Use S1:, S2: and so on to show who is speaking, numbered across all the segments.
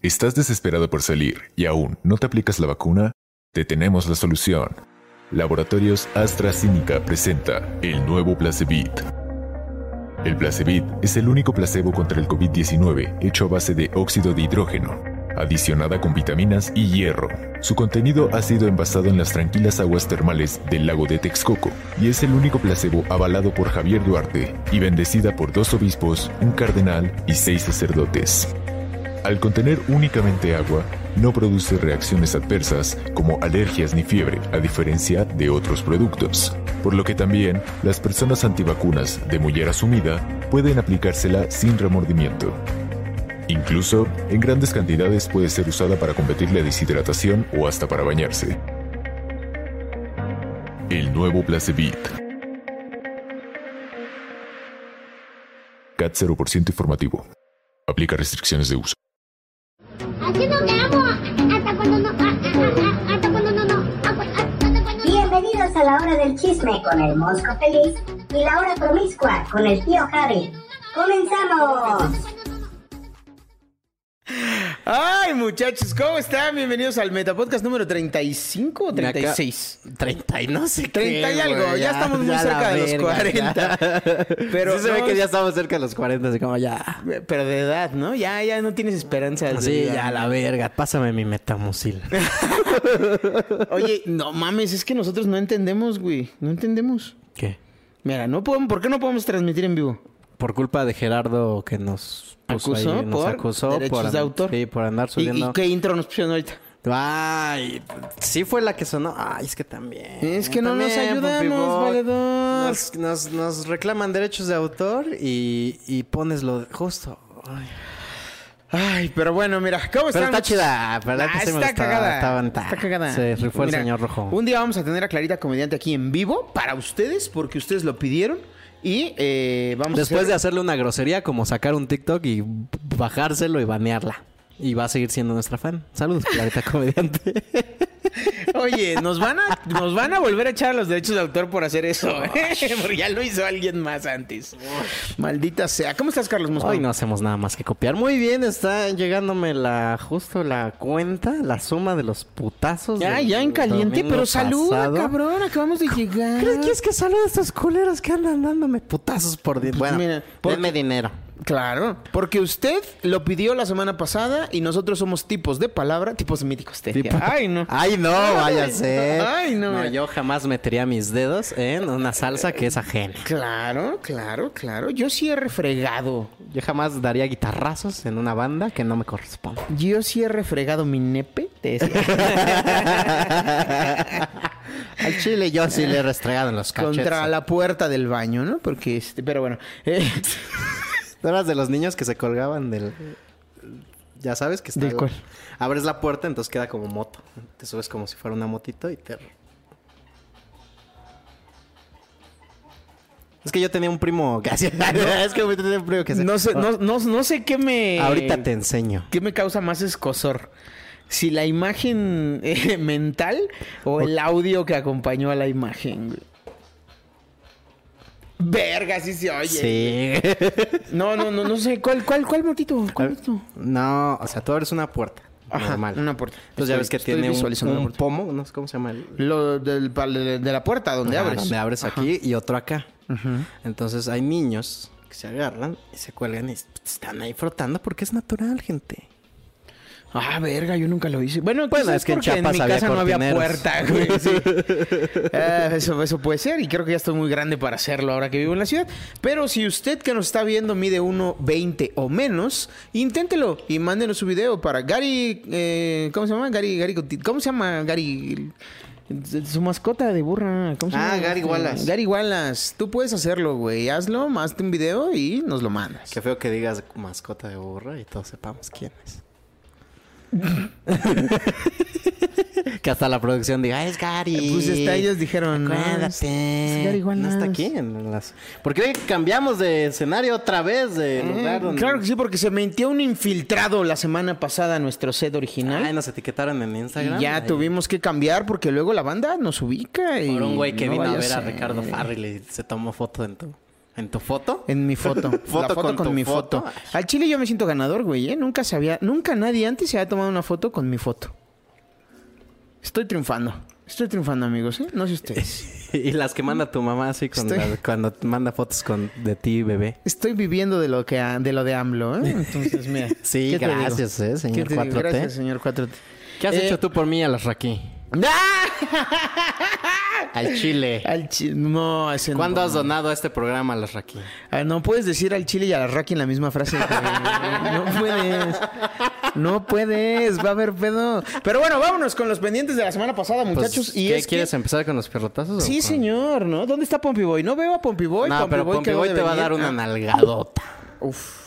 S1: ¿Estás desesperado por salir y aún no te aplicas la vacuna? Te tenemos la solución. Laboratorios AstraZeneca presenta el nuevo Placebit. El Placebit es el único placebo contra el COVID-19 hecho a base de óxido de hidrógeno, adicionada con vitaminas y hierro. Su contenido ha sido envasado en las tranquilas aguas termales del lago de Texcoco y es el único placebo avalado por Javier Duarte y bendecida por dos obispos, un cardenal y seis sacerdotes. Al contener únicamente agua, no produce reacciones adversas como alergias ni fiebre, a diferencia de otros productos. Por lo que también las personas antivacunas de mujer asumida pueden aplicársela sin remordimiento. Incluso, en grandes cantidades puede ser usada para combatir la deshidratación o hasta para bañarse. El nuevo Placebit. CAT 0% informativo. Aplica restricciones de uso.
S2: Así no me hago hasta cuando no. ah, ah, ah, ah, Hasta cuando no. no ah, pues, ah, hasta cuando no.
S3: Bienvenidos a la hora del chisme con el Mosco Feliz y la hora promiscua con el tío Javi. ¡Comenzamos!
S4: Ay, muchachos, ¿cómo están? Bienvenidos al Metapodcast número 35 o
S5: Me acá-
S4: 36.
S5: 30 y no sé
S4: 30
S5: qué,
S4: y algo, ya,
S5: güey,
S4: estamos muy
S5: ya
S4: cerca
S5: la
S4: de los
S5: verga,
S4: 40. Pero,
S5: sí se ve
S4: no,
S5: que ya estamos cerca de los 40, así como ya.
S4: pero de edad, ¿no? Ya, ya no tienes esperanza. de
S5: Sí,
S4: vida.
S5: ya la verga. Pásame mi metamucil.
S4: Oye, no mames, es que nosotros no entendemos, güey. No entendemos.
S5: ¿Qué?
S4: Mira, no podemos, ¿por qué no podemos transmitir en vivo?
S5: Por culpa de Gerardo que nos
S4: Acusó
S5: puso Pues ahí, nos
S4: por
S5: acusó
S4: derechos
S5: por
S4: de autor.
S5: Sí, por andar
S4: ¿Y, y
S5: subiendo.
S4: qué intro nos pusieron ahorita?
S5: Ay, sí fue la que sonó. Ay, es que también.
S4: Es que no nos
S5: También, Pompey
S4: ayudamos,
S5: Boy.
S4: valedor.
S5: Nos, nos, nos reclaman derechos de autor y, y pones lo justo. Ay.
S4: Ay, pero bueno, mira, ¿cómo están?
S5: Pero está chida, ¿verdad?
S4: Ah,
S5: que sí me
S4: está,
S5: gustó,
S4: cagada.
S5: estaba-
S4: está cagada.
S5: Se rifó el
S4: Mira,
S5: señor rojo.
S4: Un día vamos a tener a Clarita Comediante aquí en vivo para ustedes, porque ustedes lo pidieron. Y eh, vamos
S5: Después de
S4: a hacer-
S5: hacerle una grosería, como sacar un TikTok y bajárselo y banearla. Y va a seguir siendo nuestra fan. Saludos, Clarita Comediante.
S4: Oye, nos van, a, nos van a volver a echar los derechos de autor por hacer eso. ¿eh? porque ya lo hizo alguien más antes. Maldita sea. ¿Cómo estás, Carlos Moscón?
S5: Hoy no hacemos nada más que copiar. Muy bien, está llegándome la justo la cuenta, la suma de los putazos.
S4: Ya,
S5: del
S4: ya en caliente,
S5: domingo
S4: pero saluda,
S5: pasado.
S4: cabrón. Acabamos de llegar.
S5: ¿Crees que es que saluda a estos culeros que andan dándome putazos por dinero? Bueno,
S4: Pues mira, porque-
S5: denme dinero.
S4: Claro, porque usted lo pidió la semana pasada y nosotros somos tipos de palabra, tipos míticos. te decía.
S5: Tipo-
S4: Ay, no.
S5: Ay, no, vaya a ser.
S4: Ay, no, mira.
S5: Yo jamás metería mis dedos en una salsa que es ajena.
S4: Claro, claro, claro. Yo sí he refregado.
S5: Yo jamás daría guitarrazos en una banda que no me corresponde.
S4: Yo sí he refregado mi nepe. Te decía.
S5: Al chile yo sí le he restregado en los cachetes.
S4: Contra la puerta del baño, ¿no? Porque este, pero bueno. eh,
S5: ¿No eras de los niños que se colgaban del... Ya sabes que está...
S4: ¿Del cuál?
S5: Abres la puerta, entonces queda como moto. Te subes como si fuera una motito y te... Es que yo tenía un primo que hacía... es que yo tenía un primo que hacía...
S4: no sé, no, no- no sé qué me.
S5: Ahorita te enseño.
S4: ¿Qué me causa más escosor? Si la imagen eh, mental o el audio que acompañó a la imagen. güey. Verga, sí se oye.
S5: Sí.
S4: No, no, no, no sé. ¿Cuál, cuál, cuál motito? ¿Cuál motito?
S5: No, o sea, tú abres una puerta.
S4: Ajá,
S5: normal.
S4: una puerta.
S5: Entonces ya
S4: Estoy-
S5: ves que
S4: estoy
S5: tiene un,
S4: visualizando la
S5: un
S4: puerta.
S5: pomo, no sé cómo se llama. El...
S4: Lo del, pal- de, la puerta donde
S5: Ajá,
S4: abres.
S5: donde abres aquí y otro acá. Entonces hay niños que se agarran y se cuelgan y se están ahí frotando porque es natural, gente.
S4: Ah, verga, yo nunca lo hice. Bueno,
S5: Bueno,
S4: quizás
S5: es que en
S4: porque
S5: Chiapas
S4: mi
S5: había
S4: casa no había
S5: cortineros.
S4: puerta, güey. sí. Ah, eso, eso puede ser y creo que ya estoy muy grande para hacerlo ahora que vivo en la ciudad. Pero si usted que nos está viendo mide 1.20 o menos, inténtelo y mándenos su video para Gary... eh, ¿Cómo se llama? Gary... Gary Conti- ¿Cómo se llama Gary...? Su mascota de burra. ¿cómo se
S5: Ah,
S4: llama?
S5: Gary Wallace.
S4: Gary Wallace. Tú puedes hacerlo, güey. Hazlo, hazte un video y nos lo mandas.
S5: Qué feo que digas mascota de burra y todos sepamos quién es. que hasta la producción diga, "Ah, es Gary.
S4: Pues hasta ellos dijeron, no, es-
S5: Acuérdate.
S4: es Gary
S5: no
S4: Wallace".
S5: está aquí. En las... Porque cambiamos de escenario otra vez, de lugar donde...
S4: Eh, Mm, Claro que sí, porque se metió un infiltrado la semana pasada a nuestro set original.
S5: Ay, nos etiquetaron Ah, en Instagram.
S4: Y ya
S5: Ay,
S4: tuvimos que cambiar porque luego la banda nos ubica y
S5: Por un güey que
S4: no
S5: vino a
S4: vaya
S5: ver a
S4: ser.
S5: Ricardo Farrell y se tomó foto en tu... ¿En tu foto?
S4: En mi foto.
S5: Foto
S4: la foto
S5: con
S4: con,
S5: tu
S4: mi
S5: foto.
S4: foto. Al chile yo me siento ganador, güey, ¿eh? Nunca sabía, nunca nadie antes se había tomado una foto con mi foto. Estoy triunfando. Estoy triunfando, amigos, ¿eh? No sé ustedes.
S5: Y las que manda tu mamá así con
S4: Estoy-
S5: la- cuando manda fotos con de ti, bebé.
S4: Estoy viviendo de lo que de lo de AMLO, ¿eh? Entonces, mira.
S5: Sí,
S4: ¿qué te digo?
S5: gracias, eh, señor
S4: ¿Qué te digo?
S5: 4T.
S4: Gracias, señor 4T.
S5: ¿Qué has
S4: Eh,
S5: hecho tú por mí, Alasraqui?
S4: ¡Ah!
S5: Al chile.
S4: Al chile. No, ese no.
S5: ¿Cuándo has donado a este programa, Alasraqui?
S4: Ah, no puedes decir al chile y a la raqui en la misma frase. güey. No puedes. No puedes. Va a haber pedo. Pero bueno, vámonos con los pendientes de la semana pasada, muchachos.
S5: Pues,
S4: y
S5: ¿qué
S4: es que-
S5: quieres empezar con los perrotazos? o
S4: Sí,
S5: con-
S4: señor, ¿no? ¿Dónde está Pompey Boy? No veo a Pompey Boy.
S5: No,
S4: Pompey
S5: pero
S4: Boy
S5: Pompey
S4: quedó
S5: Boy
S4: de
S5: te va a
S4: venir.
S5: dar una
S4: Ah,
S5: nalgadota.
S4: Uf.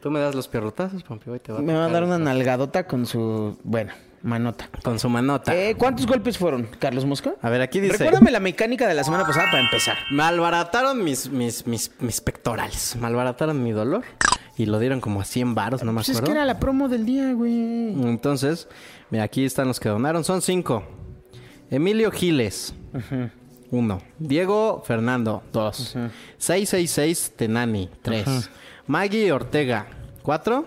S5: Tú me das los perrotazos, Pompey Boy te va a
S4: Ah, Me va a
S5: tocar
S4: dar una nalgadota con su. Bueno, manota.
S5: Con su manota.
S4: Eh, ¿Cuántos golpes fueron, Carlos Mosca?
S5: A ver, aquí dice-
S4: Recuérdame la mecánica de la semana pasada para empezar.
S5: Malbarataron mis, mis, mis, mis pectorales. Malbarataron mi dolor. Y lo dieron como a 100 varos, no me
S4: Pues es
S5: acuerdo.
S4: que era la promo del día, güey.
S5: Entonces, mira, aquí están los que donaron. Son cinco. Emilio Giles. Uno. Diego Fernando. Dos. 666 Tenani. Tres. Maggie Ortega. Cuatro.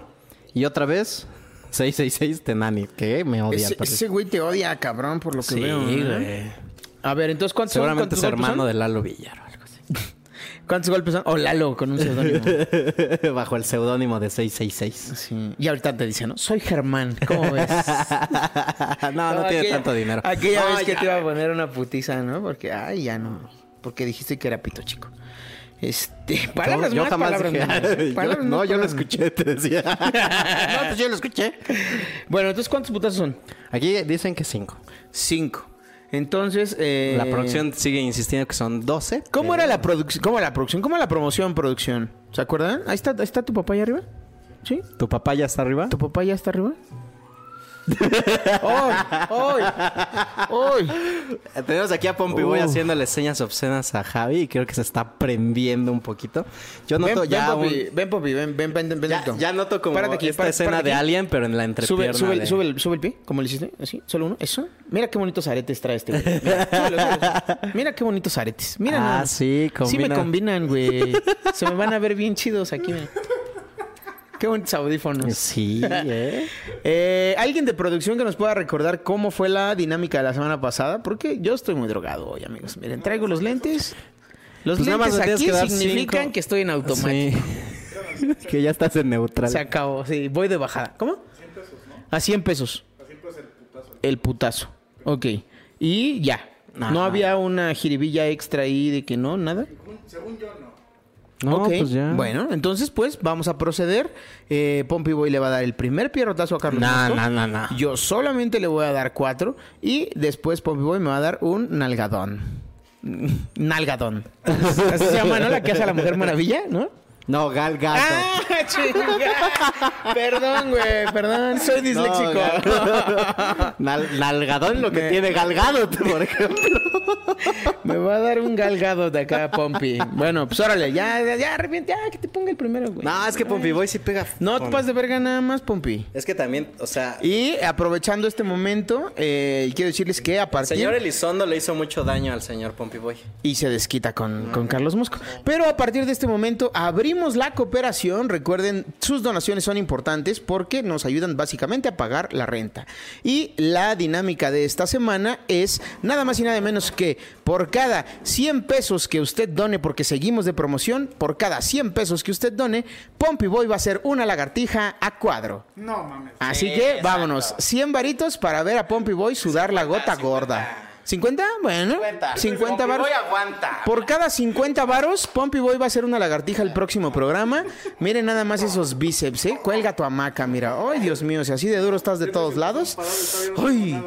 S5: Y otra vez, 666 Tenani. Que me odia.
S4: Ese,
S5: al parecer.
S4: ese güey te odia, cabrón, por lo que
S5: Sí,
S4: veo. ¿eh?
S5: güey.
S4: A ver, entonces, ¿cuántos son?
S5: Seguramente
S4: ¿Cuántos
S5: es
S4: golpes
S5: hermano
S4: son?
S5: de Lalo Villar o algo así.
S4: ¿Cuántos golpes son? O Lalo, con un seudónimo.
S5: Bajo el seudónimo de 666.
S4: Sí. Y ahorita te dice, ¿no? Soy Germán. ¿Cómo ves?
S5: no, no tiene
S4: aquella-
S5: tanto dinero.
S4: Aquella
S5: No,
S4: vez que
S5: ya.
S4: te iba a poner una putiza, ¿no? Porque, ay, ya no. Porque dijiste que era pito chico. Este, palabras
S5: yo
S4: más,
S5: jamás
S4: palabras
S5: dije-
S4: menos.
S5: Yo-
S4: Palabras
S5: no,
S4: más,
S5: yo lo
S4: palabras menos.
S5: escuché, te decía. no, pues yo lo escuché.
S4: Bueno, entonces, ¿cuántos putazos son?
S5: Aquí dicen que cinco.
S4: Cinco. Entonces, eh,
S5: La producción sigue insistiendo que son Eh, 12.
S4: ¿Cómo era la producción? ¿Cómo la producción? ¿Cómo la promoción, producción? ¿Se acuerdan? Ahí está, ahí está tu papá ahí arriba. ¿Sí?
S5: ¿Tu papá ya está arriba?
S4: ¿Tu papá ya está arriba? ¡Hoy! ¡Hoy! ¡Hoy!
S5: Eh, Tenemos aquí a Pompey
S4: Uh.
S5: Boy haciéndole señas obscenas a Javi y creo que se está prendiendo un poquito. Yo
S4: Ven,
S5: noto
S4: ven,
S5: ya
S4: Poppy,
S5: un-
S4: ven, Poppy, ven, ven, ven, ven.
S5: ya,
S4: esto.
S5: ya noto como
S4: Párate aquí,
S5: esta
S4: párate,
S5: escena
S4: párate
S5: de
S4: aquí.
S5: Alien, pero en la
S4: Sube,
S5: entrepierna.
S4: sube,
S5: de-
S4: el- sube, el, sube el pie, como le hiciste, así, solo uno, eso. Mira qué bonitos aretes trae este güey. Mira, súbelo, súbelo. Mira qué bonitos aretes. Mira
S5: Ah,
S4: nada más.
S5: sí,
S4: Sí me
S5: combina.
S4: combinan, güey. Se me van a ver bien chidos aquí, mira. Qué bonitos audífonos.
S5: Sí, ¿eh?
S4: Eh, ¿Alguien de producción que nos pueda recordar cómo fue la dinámica de la semana pasada? Porque yo estoy muy drogado hoy, amigos. Miren, traigo los lentes. Los
S5: Pues nada más
S4: lentes
S5: me tienes
S4: aquí
S5: que dar
S4: significan
S5: cinco.
S4: que estoy en automático.
S5: Sí. que ya estás en neutral.
S4: Se acabó, sí, voy de bajada. ¿Cómo? A 100 pesos, ¿no? A 100 pesos. el putazo. Ok. Y ya. No
S5: Ajá.
S4: había una jiribilla extra ahí de que no, nada.
S5: no,
S4: Ok.
S5: pues ya.
S4: Bueno, entonces pues vamos a proceder. Eh, Pompey Boy le va a dar el primer pierrotazo a Carlos.
S5: No,
S4: Mosco.
S5: no, no, no.
S4: Yo solamente le voy a dar cuatro y después Pompey Boy me va a dar un nalgadón. Nalgadón. Así se llama, ¿no? La que hace a la Mujer Maravilla, ¿no?
S5: No, Gal Gadot.
S4: Ah, chinga. Perdón, güey, perdón. Soy
S5: No,
S4: disléxico.
S5: Gal- Nal- nalgadón lo que
S4: Me-
S5: tiene Galgado, por ejemplo.
S4: Me va a dar un galgado de acá, Pompi. Bueno, pues órale, ya, ya, ya, arrepiente, ya, que te ponga el primero, güey.
S5: No, es que Pompey Boy sí pega.
S4: No te pases
S5: con-
S6: pues
S4: de verga nada más, Pompi.
S5: Es que también, o sea,
S4: Y aprovechando este momento, eh, quiero decirles que a
S5: el
S4: partir...
S5: señor Elizondo le hizo mucho daño al señor Pompey Boy.
S4: y se desquita con, con Carlos Mosco. Pero a partir de este momento abrimos la cooperación. Recuerden, sus donaciones son importantes porque nos ayudan básicamente a pagar la renta. Y la dinámica de esta semana es nada más y nada menos que por cada 100 pesos que usted done, porque seguimos de promoción, por cada 100 pesos que usted done, Pompey Boy va a ser una lagartija a cuadro.
S7: No mames.
S4: Así que vámonos, 100 varitos para ver a Pompey Boy sudar la gota gorda. ¿50? Bueno, 50, varos.
S5: aguanta.
S4: Por cada 50 varos, Pompey Boy va a ser una lagartija el próximo programa. Miren nada más esos bíceps, ¿eh? Cuelga tu hamaca, mira. Ay, Dios mío, si así de duro estás de todos lados. Ay.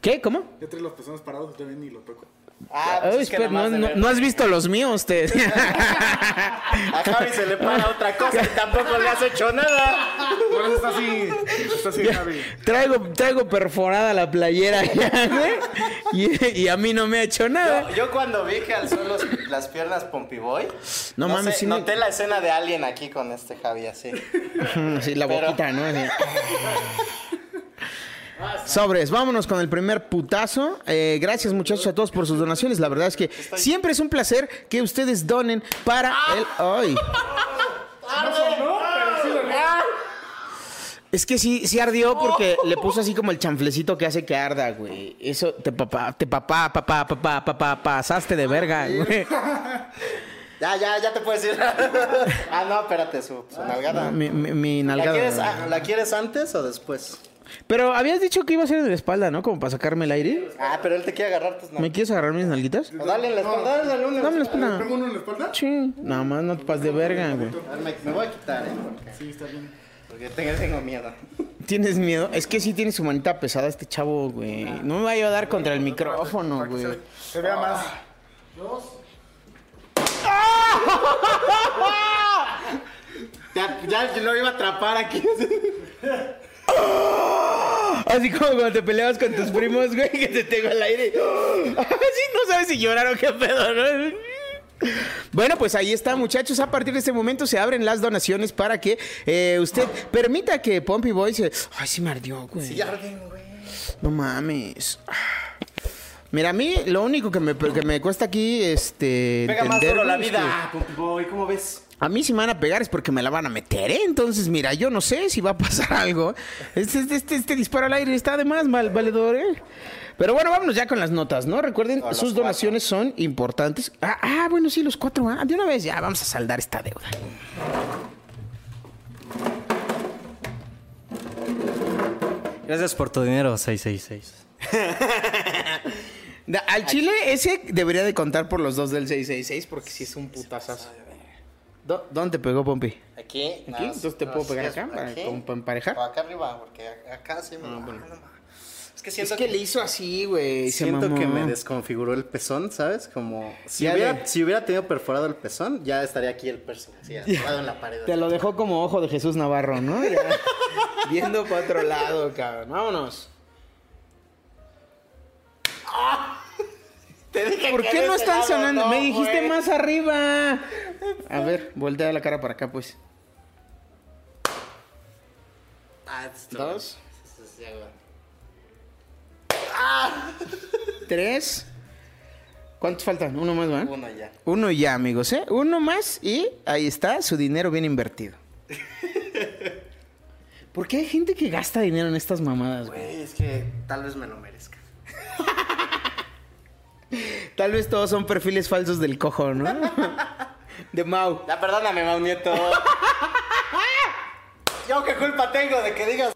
S4: ¿Qué? ¿Cómo?
S7: Ya tres los pezones parados, ya ven y lo toco.
S6: Ah, pues
S4: Ay,
S6: es que
S4: espera,
S6: nomás
S4: no,
S6: de
S4: no-
S6: ver-
S4: no has visto los míos, usted.
S6: A Javi se le para otra cosa y tampoco le has hecho nada.
S7: Por eso está así, está así, Javi.
S4: traigo, traigo perforada la playera ya, güey. Y, y a mí no me ha hecho nada.
S6: Yo, yo cuando vi que alzó los- las piernas Pompiboy,
S4: No mames, sí me-
S6: noté la escena de alguien aquí con este Javi así.
S4: Sí, la
S6: Pero-
S4: boquita, ¿no? Así. Sobres, vámonos con el primer putazo. Eh, gracias muchachos a todos por sus donaciones. La verdad es que siempre es un placer que ustedes donen para
S6: Ah.
S4: el hoy.
S6: Ah.
S4: Es que sí, sí ardió porque le puso así como el chanflecito que hace que arda, güey. Eso te papá, te papá, papá, papá, papá, pasaste de verga, güey.
S6: Ya, ya, ya te puedes ir. ah, no, espérate, su, su nalgada.
S4: Mi, mi- mi
S6: ¿La
S4: nalgada.
S6: quieres, ah, ¿La quieres antes o después?
S4: Pero habías dicho que iba a ser de la espalda, ¿no? Como para sacarme el aire.
S6: Ah, pero él te quiere agarrar tus
S4: ¿Me
S6: nalgas.
S4: quieres agarrar mis nalguitas?
S6: O Dale en la espalda, dale en la luna.
S4: Dame la espalda.
S7: ¿Pongo uno en la espalda?
S4: Sí, nada más no te pases de verga, güey.
S6: A ver, Me, me voy a quitar, ¿eh? Porque,
S7: Sí, está bien.
S6: porque tengo, tengo miedo.
S4: ¿Tienes miedo? Es que sí tiene su manita pesada este chavo, güey. No me vaya a dar contra el micrófono, güey.
S7: Se vea más.
S6: Ya, ya lo iba a atrapar aquí.
S4: Así como cuando te peleabas con tus primos, güey, que te tengo al aire. Así no sabes si lloraron qué pedo, ¿no? Bueno, pues ahí está, muchachos. A partir de este momento se abren las donaciones para que eh, usted permita que Pompey Boy se. Ay, sí me ardió, güey. No mames. Mira, a mí lo único que me, que me cuesta aquí, este.
S6: Pega más
S4: entender,
S6: duro la
S4: güey, es que-
S6: vida. Pompiboy, ¿cómo ves?
S4: A mí si me van a pegar es porque me la van a meter, ¿eh? Entonces, mira, yo no sé si va a pasar algo. Este, este, este, este disparo al aire está además mal, valedor, ¿eh? Pero bueno, vámonos ya con las notas, ¿no? Recuerden,
S6: las
S4: sus donaciones son importantes. Ah, ah, bueno, sí, los cuatro. Ah, de una vez ya, vamos a saldar esta deuda.
S8: Gracias por tu dinero, 666.
S4: Da- Al Chile, ese debería de contar por los dos del 666 porque sí es un putazazo. Do- ¿Dónde te pegó, Pompi?
S6: Aquí. no,
S4: Aquí, entonces te
S6: no,
S4: puedo
S6: sí,
S4: pegar
S6: es
S4: acá para,
S6: aquí.
S4: como para emparejar.
S6: O acá arriba, porque a- acá sí me. Ah, no mames. es que siento
S4: Es que le hizo así, güey. se
S6: Siento que
S4: mamó.
S6: me desconfiguró el pezón, ¿sabes? Como si,
S4: Ya
S6: hubiera,
S4: le-
S6: si hubiera tenido perforado el pezón, ya estaría aquí el pezón, así, atorado en la pared.
S4: Te lo dejó como ojo de Jesús Navarro, ¿no? Ya, Viendo para otro lado, cabrón. Vámonos. Ah.
S6: Te dije
S4: ¿Por
S6: que
S4: qué
S6: de
S4: no
S6: ese
S4: están
S6: lado
S4: sonando?
S6: no,
S4: Me dijiste
S6: güey.
S4: más arriba. A ver, voltea la cara para acá, pues.
S6: Ah, esto-
S4: Dos,
S6: esto sí, güey.
S4: Ah. tres. ¿Cuántos faltan? Uno más, ¿verdad?
S6: Uno ya.
S4: Uno ya, amigos, ¿eh? Uno más y ahí está su dinero bien invertido. ¿Por qué hay gente que gasta dinero en estas mamadas, güey?
S6: Güey, Eh, es que tal vez me lo merezca.
S4: Tal vez todos son perfiles falsos del cojo, ¿no? De Mau.
S6: Ya perdóname, Mau Nieto. Yo qué culpa tengo de que digas.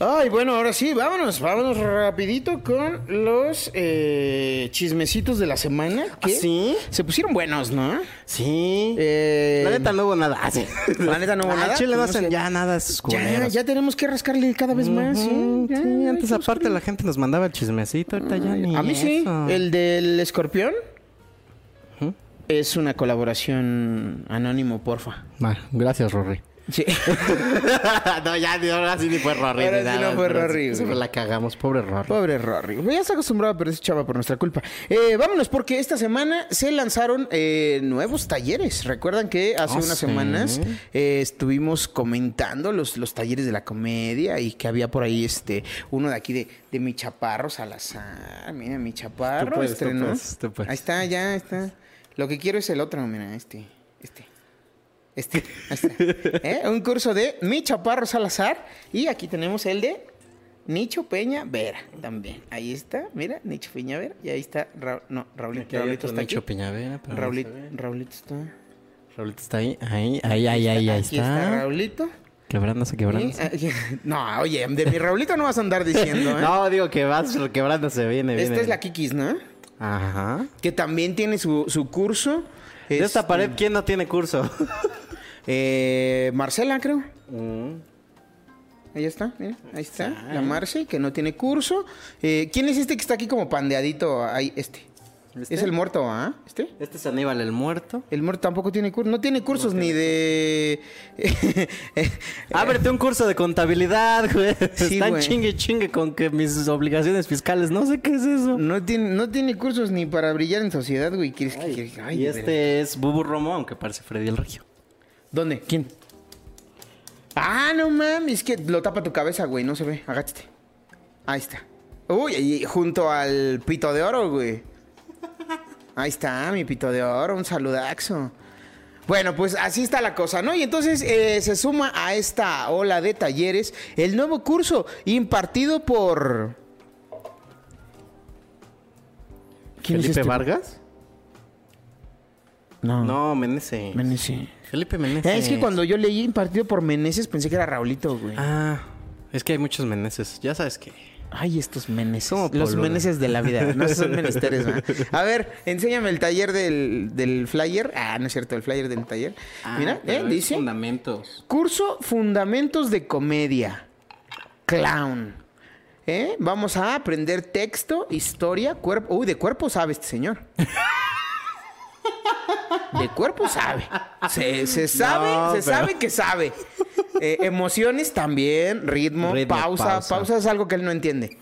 S4: Ay, bueno, ahora sí, vámonos, vámonos rapidito con los eh, chismecitos de la semana. Que
S5: ¿Ah, sí?
S4: Se pusieron buenos, ¿no?
S5: Sí.
S4: Eh,
S5: La neta no hubo nada. Ah, sí.
S4: La neta no hubo
S5: Al
S4: nada,
S5: Chile
S4: pues,
S5: no
S4: no
S5: hacen
S4: sé.
S5: ya nada esos
S4: ya,
S5: culeros.
S4: ya tenemos que rascarle cada vez más. ¿eh?
S5: Ujú,
S4: Ya,
S5: sí,
S4: hay
S5: antes
S4: que
S5: aparte la gente nos mandaba el chismecito, ahorita ya ni
S4: buscarle. A mí sí,
S5: eso.
S4: el del escorpión es una colaboración anónimo, porfa.
S5: Bueno, gracias, Rory.
S4: Sí.
S5: no, ya ni- ahora sí ni fue Rory.
S4: Ahora
S5: ni
S4: sí
S5: nada,
S4: no fue
S5: pero
S4: Rory,
S5: sí, sí
S4: güey.
S5: la cagamos, pobre Rory.
S4: Pobre Rory. Ya está acostumbrado a perder chava por nuestra culpa. Eh, vámonos, porque esta semana se lanzaron eh, nuevos talleres. Recuerdan que hace
S5: Ah,
S4: unas
S5: sí.
S4: semanas eh, estuvimos comentando los, los talleres de la comedia y que había por ahí este uno de aquí de, de Mi Chaparro Salazar. Mira, Mi Chaparro
S5: Tú puedes, tú
S4: estrenó.
S5: puedes, tú puedes.
S4: Ahí está, ya está. Lo que quiero es el otro, mira, este. Este. Este, ahí está. ¿Eh? Un curso de Mi Chaparro Salazar. Y aquí tenemos el de Nicho Peña Vera también. Ahí está, mira, Nicho Peña Vera. Y ahí está, Ra- no, Raulito.
S5: Aquí hay
S4: Raulito
S5: otro
S4: está
S5: Nicho
S4: aquí.
S5: Peñavera, pero no
S4: Raulito,
S5: se ve.
S4: Raulito está.
S5: Raulito está ahí, ahí, ahí, ahí, ahí
S4: Aquí está
S5: está.
S4: Raulito.
S5: Que Quebrándose, quebrándose.
S4: Eh, No, oye, de mi Raulito no vas a andar diciendo, ¿eh?
S5: No, digo que vas quebrándose, viene, viene.
S4: Esta es la Kikis, ¿no?
S5: Ajá.
S4: Que también tiene su, su curso.
S5: De
S4: Este,
S5: esta pared, ¿quién no tiene curso?
S4: eh, Marcela, creo.
S5: Mm.
S4: Ahí está, mira, ahí está. La Marce, que no tiene curso. Eh, ¿Quién es este que está aquí como pandeadito? Ahí, este.
S5: ¿Este?
S4: Es el muerto, ¿ah? ¿Este?
S5: Este es Aníbal el Muerto.
S4: El muerto tampoco tiene curso. No tiene cursos ni de.
S5: Ábrete un curso de contabilidad, güey.
S4: Sí,
S5: Están
S4: güey.
S5: chingue chingue con que mis obligaciones fiscales, no sé qué es eso.
S4: no, tiene, no tiene cursos ni para brillar en sociedad, güey. ¿Quieres que- que- ay,
S5: y
S4: de
S5: este
S4: veras.
S5: es Bubu Romo, aunque parece Freddy el Regio.
S4: ¿Dónde? ¿Quién? Ah, no mames, es que lo tapa tu cabeza, güey. No se ve. Agáchate. Ahí está. Uy, ahí, junto al pito de oro, güey. Ahí está, mi pito de oro, un saludaxo. Bueno, pues así está la cosa, ¿no? Y entonces eh, se suma a esta ola de talleres el nuevo curso impartido por... ¿Quién es
S5: ¿Felipe
S4: este?
S5: Vargas?
S4: No,
S5: No, Meneses.
S4: Ah. Meneses.
S5: Felipe Meneses.
S4: Ah, es que cuando yo leí impartido por Meneses pensé que era Raulito, güey.
S5: Ah, es que hay muchos Meneses. Ya sabes que.
S4: Ay, estos meneses.
S5: Como
S4: Los
S5: Polo.
S4: meneses de la vida. No esos son menesteres, ¿verdad? A ver, enséñame el taller del, del flyer. Ah, no es cierto, el flyer del taller.
S5: Ah,
S4: Mira, eh, dice.
S5: Fundamentos.
S4: Curso Fundamentos de Comedia. Clown. ¿Eh? Vamos a aprender texto, historia, cuerpo. Uy, de cuerpo sabe este señor. De cuerpo sabe. Se, se sabe,
S5: No,
S4: se
S5: pero-
S4: sabe que sabe. Eh, emociones también, ritmo,
S5: Ritmo,
S4: pausa, pausa.
S5: pausa.
S4: es algo que él no entiende.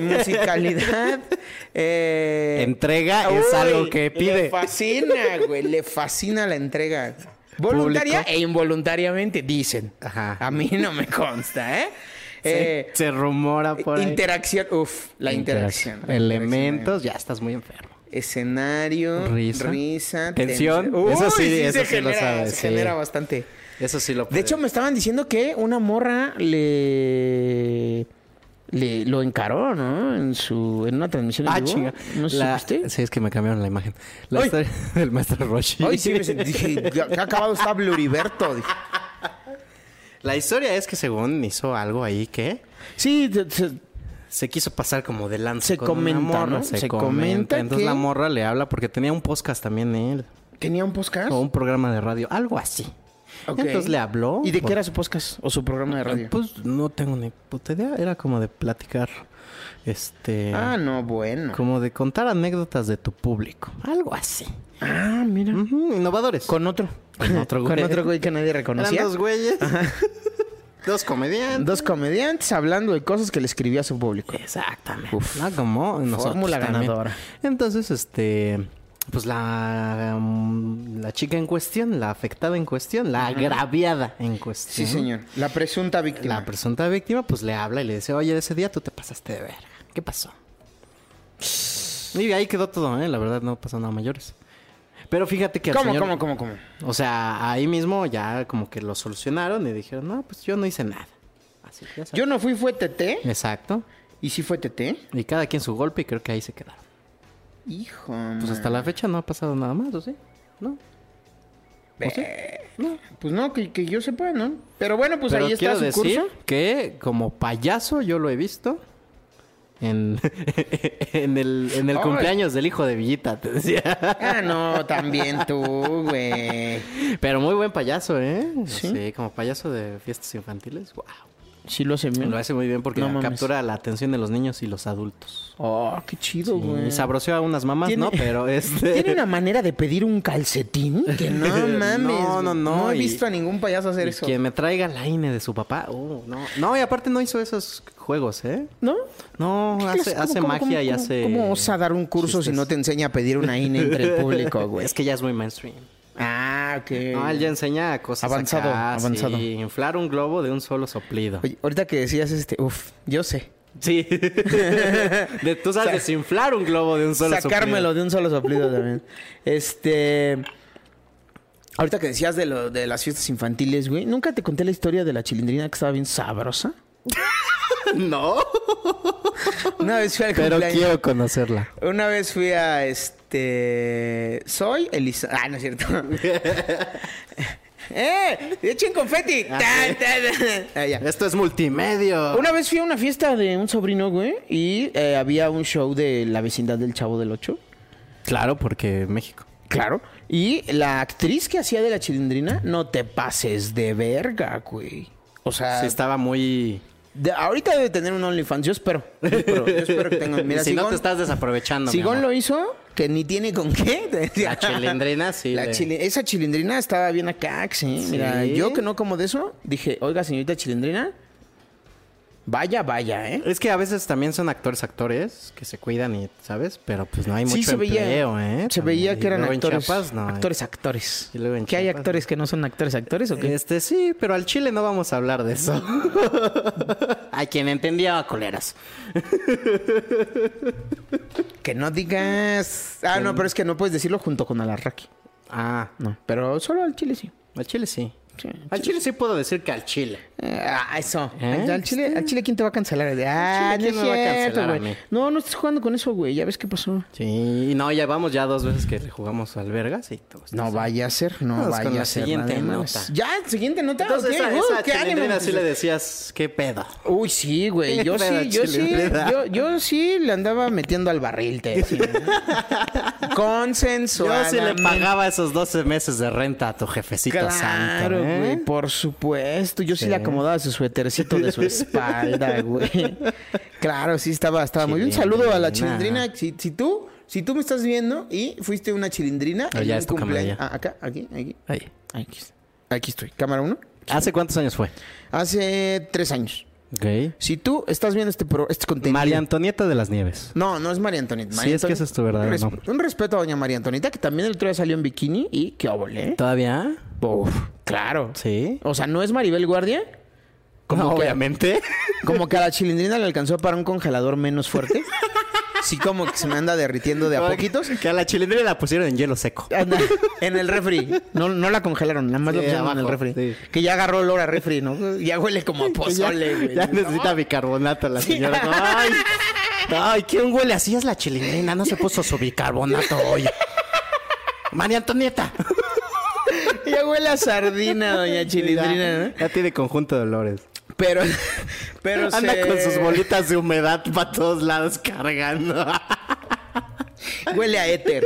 S4: Musicalidad. eh,
S5: Entrega Ah, es algo que
S4: Le
S5: pide.
S4: fascina, güey. Le fascina la entrega. Voluntaria
S5: Público.
S4: e involuntariamente, dicen.
S5: Ajá.
S4: A mí no me consta, ¿eh? Eh,
S5: se, se rumora Ah, por ahí.
S4: interacción. Uf, la interacción. la
S5: Elementos, ya estás muy enfermo.
S4: interacción. Escenario. Risa.
S5: Risa.
S4: tensión.
S5: Tensión. Eso sí,
S4: Uy,
S5: eso
S4: se
S5: sí lo
S4: genera,
S5: sabes,
S4: se
S5: sí.
S4: genera bastante.
S5: Eso sí lo
S4: De hecho, me estaban diciendo que una morra le... le- lo encaró, ¿no? En su en una transmisión en
S5: Ah,
S4: vivo.
S5: chinga.
S4: ¿No
S5: La-
S4: supiste?
S5: Sí, es que me cambiaron la imagen. La
S4: Ay.
S5: historia del maestro Roshi.
S4: Ay, sí, me sentí- dije, "Ya- ya acabado está Bluriberto. Dije.
S5: La historia es que según hizo algo ahí que
S4: Sí, se- se-
S5: se quiso pasar como de lanza
S4: Se
S5: con una
S4: comenta,
S5: morra,
S4: ¿no?
S5: Se,
S4: Se
S5: comenta.
S4: comenta
S5: Entonces
S4: que-
S5: la morra le habla porque tenía un podcast también él.
S4: tenía un podcast.
S5: O un programa de radio, algo así.
S4: Ah. Ok.
S5: Entonces le habló.
S4: ¿Y de
S5: por-
S4: qué era su podcast o su programa de radio?
S5: Pues no tengo ni puta idea. Era como de platicar. Este.
S4: ah, no, bueno.
S5: Como de contar anécdotas de tu público. Algo así.
S4: Ah, mira.
S5: Ujú, innovadores.
S4: Con otro.
S5: Con otro
S4: Con
S5: güey.
S4: otro güey que nadie
S5: Eran
S4: reconocía.
S5: dos güeyes. dos comediantes.
S4: Dos comediantes hablando de cosas que le escribía a su público.
S5: Exactamente. ¿no? Como nosotros
S4: Fórmula
S5: también.
S4: ganadora.
S5: Entonces, este. Pues la, um, la chica en cuestión, la afectada en cuestión, la agraviada en
S4: Sí,
S5: cuestión.
S4: señor. La presunta víctima.
S5: La presunta víctima, pues le habla y le dice, oye, ese día tú te pasaste de verga. ¿Qué pasó? Y ahí quedó todo, ¿eh? La verdad, no pasó nada mayores. Pero fíjate que al
S4: ¿Cómo,
S5: señor-
S4: cómo, cómo, cómo?
S5: O sea, ahí mismo ya como que lo solucionaron y dijeron, no, pues yo no hice nada. Así que ya sabes.
S4: Yo no fui, fue TT.
S5: Exacto.
S4: ¿Y sí fue TT?
S5: Y cada quien su golpe y creo que ahí se quedaron.
S4: Hijo.
S5: Pues hasta la fecha no ha pasado nada más, ¿o sí? ¿No? ¿O sí? No.
S4: Pues no, que, que yo sepa, ¿no? Pero bueno, pues
S5: Pero
S4: ahí está
S5: quiero
S4: su
S5: decir
S4: curso.
S5: que como payaso yo lo he visto en, en el, en el
S4: Ay.
S5: cumpleaños del hijo de Villita, te decía.
S4: Ah, no, también tú, güey.
S5: Pero muy buen payaso, ¿eh? Sí, como payaso de fiestas infantiles. Wow.
S4: Sí lo hace bien.
S5: Lo hace muy bien porque
S4: No mames.
S5: captura la atención de los niños y los adultos.
S4: Oh, qué chido, güey.
S5: Y sabroseó a unas mamás,
S4: Tiene-
S5: ¿no? Pero este...
S4: Tiene una manera de pedir un calcetín que no mames.
S5: No, no,
S4: güey.
S5: no,
S4: No he
S5: y-
S4: visto a ningún payaso hacer
S5: y
S4: eso.
S5: Que me traiga la INE de su papá. Uh, no. no, y aparte no hizo esos juegos, ¿eh?
S4: ¿No?
S5: No,
S4: ¿Qué
S5: hace,
S4: clase-
S5: hace
S4: cómo-
S5: magia
S4: cómo-
S5: y
S4: cómo-
S5: hace.
S4: ¿Cómo osa dar un curso si
S5: chistes.
S4: no te enseña a pedir una INE entre el público, güey?
S5: Es que ya es muy mainstream.
S4: Ah, ok.
S5: No, él ya enseña cosas
S4: Avanzado,
S5: acá,
S4: avanzado.
S5: sí, inflar un globo de un solo soplido.
S4: Oye, ahorita que decías este, uf, yo sé.
S5: Sí. De- tú sabes desinflar un globo de un solo
S4: Sacármelo
S5: soplido.
S4: de un solo soplido también. Este. Ahorita que decías de, lo, de las fiestas infantiles, güey, ¿nunca te conté la historia de la chilindrina que estaba bien sabrosa?
S5: No.
S4: Una vez fui al
S5: Pero
S4: cumpleaños.
S5: quiero conocerla.
S4: Una vez fui a este. Soy Elisa. Ah, no es cierto. ¡Eh! ¡Echen confeti! Tan, tan, tan. Ah, ya.
S5: Esto Ah, es multimedia.
S4: Una vez fui a una fiesta de un sobrino, güey, y eh, había un show de la vecindad del Chavo del Ocho.
S5: Claro, porque México.
S4: Claro. Y la actriz que hacía de la chilindrina, no te pases de verga, güey. O sea,
S5: Sí, estaba muy...
S4: de- ahorita debe tener un OnlyFans, yo espero. Yo espero, yo espero que tenga. Mira,
S5: si no,
S4: Sigón-
S5: te estás desaprovechando. mi
S4: Sigón
S5: amor.
S4: lo hizo, que ni tiene con qué. te decía.
S5: La chilindrina, sí.
S4: La
S5: le-
S4: chili- esa chilindrina estaba bien acá, sí. Mira, yo que no como de eso, dije, oiga, señorita chilindrina, vaya, vaya, ¿eh?
S5: Es que a veces también son actores, actores que se cuidan y, ¿sabes? Pero pues no hay mucho
S4: Sí, se veía,
S5: empleo, ¿eh?
S4: se
S5: También.
S4: veía
S5: Y
S4: que eran
S5: luego en
S4: actores,
S5: Chiapas, no hay.
S4: actores, actores.
S5: Y luego en
S4: ¿Que hay
S5: Chiapas,
S4: actores que no son actores, actores o qué?
S5: Este, sí, pero al Chile no vamos a hablar de eso. a quien entendía, coleras.
S4: Que no digas. Ah, no, pero es que no puedes decirlo junto con Alarraqui.
S5: Ah,
S4: No, pero solo al chile sí.
S5: al Chile sí.
S4: Sí.
S5: Al Chile sí puedo decir que al Chile.
S4: Eh, ah, eso.
S5: ¿Eh?
S4: Al, al chile, al chile, ¿quién te va a cancelar? Ah,
S5: Al
S4: no
S5: chile,
S4: es
S5: ¿quién me va a
S4: cierto,
S5: cancelar a
S4: güey.
S5: mí?
S4: No, no estés jugando con eso, güey. Ya ves qué pasó.
S5: Sí, y no, ya vamos ya dos veces que le jugamos al Vergas y todo. esto.
S4: No vaya a ser, no
S5: Vamos con
S4: vaya
S5: la
S4: a ser.
S5: siguiente
S4: nada más.
S5: nota.
S4: Ya, siguiente nota.
S5: Entonces,
S4: ok.
S5: esa,
S4: Uh,
S5: esa
S4: qué
S5: chilindrina
S4: ánimo.
S5: sí le decías, ¿qué pedo?
S4: Uy, sí, güey. Yo
S5: Pero
S4: sí, yo sí.
S5: chilindrina.
S4: Yo, yo sí le andaba metiendo al barril, te decía.
S5: Yo
S4: Consensuadamente.
S5: sí le pagaba esos 12 meses de renta a tu jefecito santo.
S4: Claro,
S5: ¿eh?
S4: güey, pues. por supuesto. Yo sí, le acomodaba su suétercito de su espalda, güey. Claro, sí estaba, estaba muy bien. Un saludo a la
S5: Chilindrina.
S4: chilindrina. Si, si tú, si tú me estás viendo y fuiste una chilindrina,
S5: Ah,
S4: en
S5: ya
S4: un
S5: es tu cámara,
S4: cumplea-
S5: ya.
S4: Ah, acá, aquí, aquí.
S5: Ahí.
S4: Aquí, está. aquí estoy. Cámara 1.
S5: ¿Hace cuántos años fue?
S4: Hace tres años.
S5: Ok.
S4: Si tú estás viendo este, pro- este contenido.
S5: María Antonieta de las Nieves.
S4: No, no es María Antonieta.
S5: Sí,
S4: María
S5: es que ese es tu
S4: Antonieta-
S5: verdadero
S4: un,
S5: nombre.
S4: un respeto a doña María Antonieta, que también el otro día salió en bikini y qué obole. ¿eh?
S5: ¿Todavía?
S4: Uf, claro.
S5: Sí.
S4: O sea, ¿no es Maribel Guardia?
S5: No,
S4: que-
S5: obviamente.
S4: Como que a la chilindrina le alcanzó para un congelador menos fuerte. Sí, como que se me anda derritiendo de a poquitos.
S5: Que a la chilindrina la pusieron en hielo seco.
S4: Anda, en el refri. No, no la congelaron, nada más
S5: Sí,
S4: la pusieron en el
S5: abajo,
S4: refri.
S5: sí.
S4: Que ya agarró olor a refri, ¿no? Ya huele como a pozole, pues, güey.
S5: Ya necesita bicarbonato la señora. Ay, ay, ¿quién huele así? Es la chilindrina. No se puso su bicarbonato hoy. María Antonieta.
S4: Ya huele a sardina, doña chilindrina, ¿no?
S5: Ya tiene conjunto de olores.
S4: Pero, pero
S5: Anda
S4: se-
S5: con sus bolitas de humedad para todos lados cargando.
S4: Huele a éter.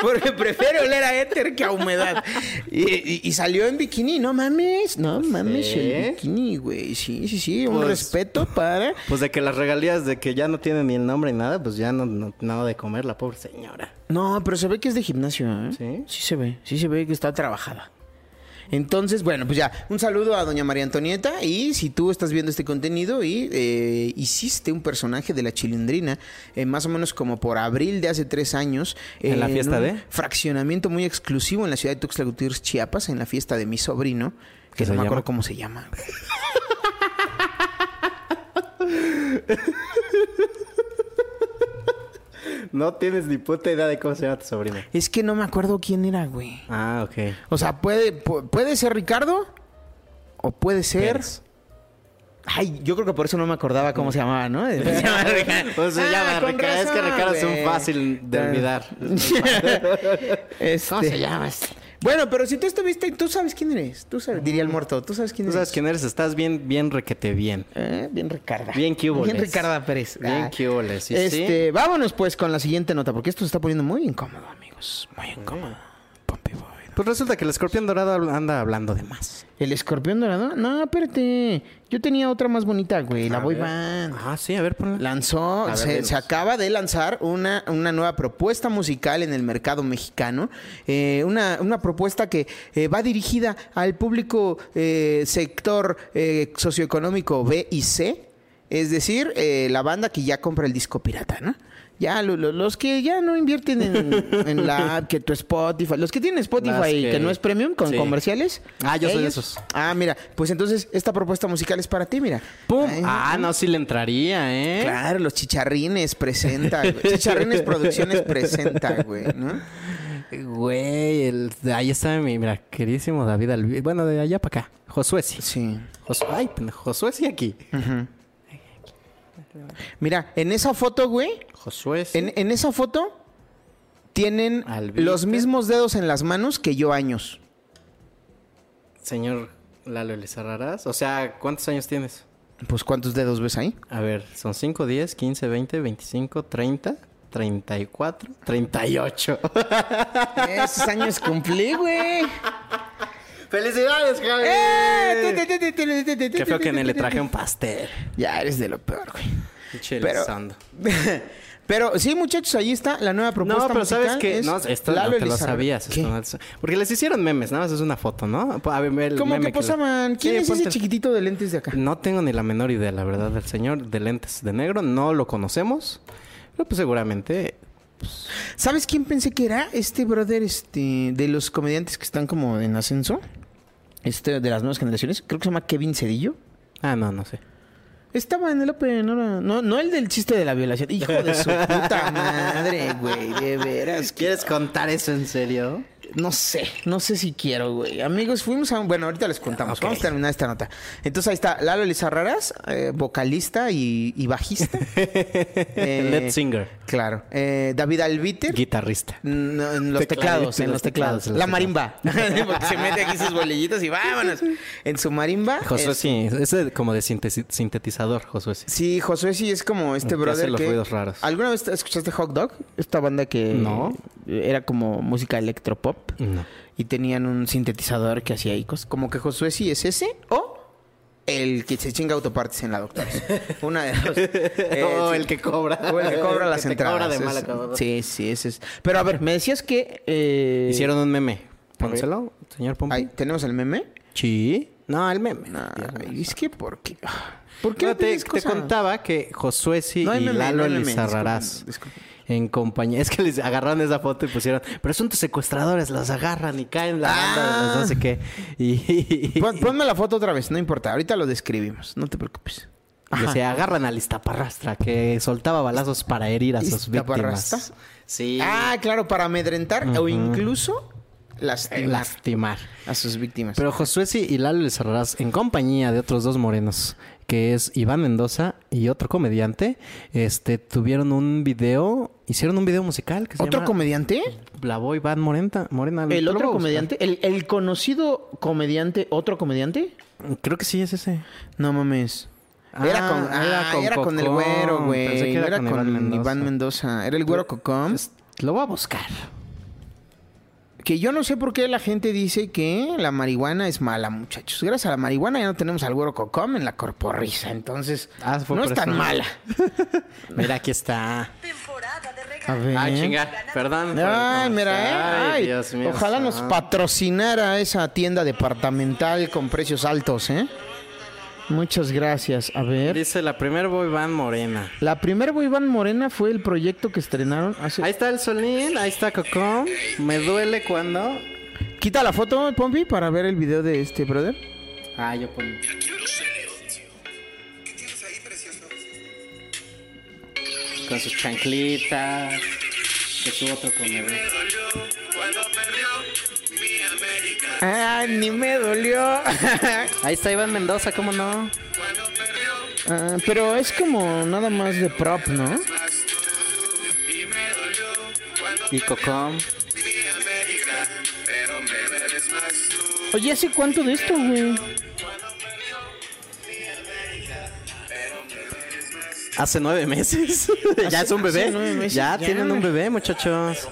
S4: Porque prefiero oler a éter que a humedad. Y, y- y salió en bikini, no mames. No mames, el bikini, güey. Sí, sí, sí. Un
S5: Pues-
S4: respeto para.
S5: Pues de que las regalías de que ya no tiene ni el nombre ni nada, pues ya no, no, nada de comer la pobre señora.
S4: No, pero se ve que es de gimnasio, ¿eh?
S5: ¿Sí?
S4: Sí se ve, sí se ve que está trabajada. Entonces, bueno, pues ya, un saludo a doña María Antonieta y si tú estás viendo este contenido y eh, hiciste un personaje de la chilindrina, eh, más o menos como por abril de hace tres años.
S5: ¿En la fiesta
S4: un
S5: de?
S4: Fraccionamiento muy exclusivo en la ciudad de Tuxtla Gutiérrez, Chiapas, en la fiesta de mi sobrino, que
S5: ¿Qué
S4: no
S5: se
S4: me
S5: llama?
S4: acuerdo cómo se llama.
S5: No tienes ni puta idea de cómo se llama tu sobrina.
S4: Es que no me acuerdo quién era, güey.
S5: Ah, ok.
S4: O sea, puede, pu- puede ser Ricardo o puede ser.
S5: Pérez.
S4: Ay, yo creo que por eso no me acordaba cómo se llamaba, ¿no? Se llama Ricardo.
S5: Pues se
S4: Ah,
S5: llama
S4: con
S5: Ricardo. Es que
S4: razón,
S5: Ricardo es un
S4: güey.
S5: fácil de
S4: Ah.
S5: olvidar.
S4: Este- Bueno, pero si tú estuviste, tú sabes quién eres. Tú sabes, diría el muerto. Tú sabes quién
S5: Tú
S4: eres.
S5: sabes quién eres, estás bien, bien requete bien.
S4: Eh, bien Ricarda.
S5: Bien quiúboles.
S4: Bien Ricarda Pérez.
S5: Bien
S4: Ah.
S5: quiúboles, sí,
S4: Este, vámonos pues con la siguiente nota, porque esto se está poniendo muy incómodo, amigos. Muy incómodo. Pompey Boy.
S5: Pues resulta que el escorpión dorado habl- anda hablando de más.
S4: ¿El escorpión dorado? No, espérate. Yo tenía otra más bonita, güey. La boy band.
S5: Ah, sí, a ver, ponla.
S4: Lanzó,
S5: ver,
S4: se,
S5: dinos.
S4: se acaba de lanzar una, una nueva propuesta musical en el mercado mexicano. Eh, una, una propuesta que eh, va dirigida al público eh, sector eh, socioeconómico B y C. Es decir, eh, la banda que ya compra el disco pirata, ¿no? Ya lo- lo- los que ya no invierten en, en la app, que tu Spotify, los que tienen
S5: Las
S4: Spotify que...
S5: que-
S4: no es premium con
S5: Sí.
S4: comerciales.
S5: Ah, yo soy de esos.
S4: Ah, mira, pues entonces esta propuesta musical es para ti, mira.
S5: ¡Pum!
S4: Ay,
S5: Ah, no, sí le entraría, ¿eh?
S4: Claro, los chicharrines presenta, güey. Chicharrines Producciones presenta, güey, ¿no?
S5: Güey, el- ahí está mi, mira, queridísimo David Albi. Bueno, de allá para acá. Josué sí.
S4: Sí.
S5: Jos- Ay, pendejo, Josué sí aquí.
S4: Mira, en esa foto, güey,
S5: Josué sí.
S4: en, en esa foto tienen
S5: Albite.
S4: los mismos dedos en las manos que yo años.
S5: Señor Lalo Elizarrarás. O sea, ¿cuántos años tienes?
S4: Pues, ¿cuántos dedos ves ahí?
S5: A ver, son 5, 10, 15, 20, 25, 30, 34, 38.
S4: Esos años cumplí, güey.
S9: ¡Felicidades, Javi!
S4: Eh,
S5: Qué
S4: Qué
S5: feo que en él le traje un pastel.
S4: Ya eres de lo peor, güey.
S5: Pinche
S4: Pero-
S5: Elizondo.
S4: Pero sí, muchachos, ahí está la nueva propuesta.
S5: No, pero sabes
S4: musical
S5: que
S4: es
S5: no, esto
S4: Lalo
S5: no te lo
S4: Elizarra-
S5: sabías. esto
S4: ¿Qué?
S5: no te- porque les hicieron memes, nada más es una foto, ¿no? A ver, el
S4: ¿Cómo
S5: meme
S4: que
S5: que le-
S4: posaban? ¿Quién
S5: Sí,
S4: es ese
S5: ponte-
S4: chiquitito de lentes de acá?
S5: No tengo ni la menor idea, la verdad, del señor de lentes de negro. No lo conocemos. Pero pues seguramente...
S4: ¿Sabes quién pensé que era? Este brother, este, de los comediantes que están como en ascenso. Este, de las nuevas generaciones. Creo que se llama Kevin Cedillo.
S5: Ah, no, no sé.
S4: Estaba en el Open, no, era- no, no el del chiste de la violación. Hijo de su puta madre, güey, de veras. que-
S10: ¿Quieres contar eso en serio?
S4: No sé, no sé si quiero, güey. Amigos, fuimos a un... Bueno, ahorita les contamos. Vamos a terminar esta nota. Entonces ahí está Lalo Elizarraras, eh, vocalista y, y bajista. Eh,
S5: Lead singer.
S4: Claro. Eh, David Albiter.
S5: Guitarrista.
S4: No, en los teclados,
S5: Teclados,
S4: en los teclados.
S5: en los
S4: La
S5: teclados.
S4: marimba. Porque se mete aquí sus bolillitos y vámonos. En su marimba.
S5: Josué
S4: Ah, es-
S5: sí, es de- como de sintesi- sintetizador, Josué sí.
S4: Sí, Josué sí es como este
S5: Que
S4: brother
S5: hace los
S4: que-
S5: ruidos raros.
S4: ¿Alguna vez escuchaste Hot Dog? Esta banda que
S5: No.
S4: era como música electropop
S5: No.
S4: y tenían un sintetizador que hacía icos. Como que Josué sí es ese o el que se chinga autopartes en la doctora. Una de dos. Eh,
S5: o
S4: sí.
S5: el que cobra.
S4: O el que cobra las
S5: te
S4: entradas.
S5: cobra de
S4: es-
S5: mala acabada.
S4: sí, sí, ese es. Pero a ver, me decías que eh,
S5: Hicieron un meme. Pónselo, señor Pompi.
S4: Ahí, ¿Tenemos el meme?
S5: Sí. No, el meme.
S4: Nah,
S5: Dios mío.
S4: es que ¿por qué? ¿Por qué
S5: No,
S4: no
S5: te,
S4: pides
S5: te
S4: cosa?
S5: contaba que Josué sí
S4: No hay
S5: y
S4: meme, no
S5: Lalo
S4: hay meme,
S5: Lizarrarás
S4: disculpen, disculpen.
S5: en compañía. Es que les agarraron esa foto y pusieron presuntos secuestradores, los agarran y caen la banda de los no sé qué. Y,
S4: Pon- ponme la foto otra vez, no importa. Ahorita lo describimos, no te preocupes.
S5: y se agarran al Iztaparrastra que soltaba balazos para herir a sus
S4: ¿Iztaparrastra?
S5: víctimas. Sí.
S4: Ah, claro, para amedrentar o incluso lastimar
S5: Lastimar.
S4: a sus víctimas.
S5: Eh, Pero Josué sí y Lalo Lizarrarás en compañía de otros dos morenos, que es Iván Mendoza y otro comediante, este tuvieron un video, hicieron un video musical que se
S4: ¿Otro
S5: llama
S4: comediante?
S5: La Boy Band Morenta, Morena.
S4: ¿El
S5: Lo voy a
S4: otro
S5: buscar.
S4: comediante? ¿El, el conocido comediante? ¿Otro comediante?
S5: Creo que sí es ese.
S4: No mames.
S5: Ah,
S4: era con,
S5: era
S4: ah,
S5: con
S4: era con el
S5: Cocón.
S4: güero, güey.
S5: Pensé que
S4: No Era
S5: era con
S4: con,
S5: Iván Mendoza.
S4: Iván Mendoza. Era el güero Cocom.
S5: Es- Lo voy a buscar.
S4: Que yo no sé por qué la gente dice que la marihuana es mala, muchachos. Gracias a la marihuana ya no tenemos al güero Cocom en la corporrisa. Entonces,
S5: Ah, fue
S4: no
S5: por
S4: es tan
S5: eso.
S4: mala.
S5: Mira, aquí está.
S4: A ver.
S5: Ay, Ah, chinga. Perdón.
S4: Ay, mira, ¿eh? Ay,
S5: Dios mío.
S4: ojalá nos
S5: santo.
S4: patrocinara esa tienda departamental con precios altos, ¿eh? Muchas gracias. A ver.
S5: Dice la primer boy band morena.
S4: La primera Iván Morena fue el proyecto que estrenaron hace...
S5: Ahí está el Solín, ahí está Cocón. Me duele cuando.
S4: Quita la foto, Pompi, para ver el video de este brother.
S5: Ah, yo pongo. Con sus chanclitas. Que su otro comedor.
S4: Ah, ni me dolió.
S5: Ahí está Iván Mendoza, ¿cómo no?
S4: Ah, pero es como nada más de prop, ¿no?
S5: Y Cocón.
S4: Oye, ¿hace cuánto de esto, güey?
S5: Hace nueve meses. ya
S4: Hace-
S5: es un bebé.
S4: hace nueve meses,
S5: ya,
S4: ya.
S5: tienen un bebé, muchachos.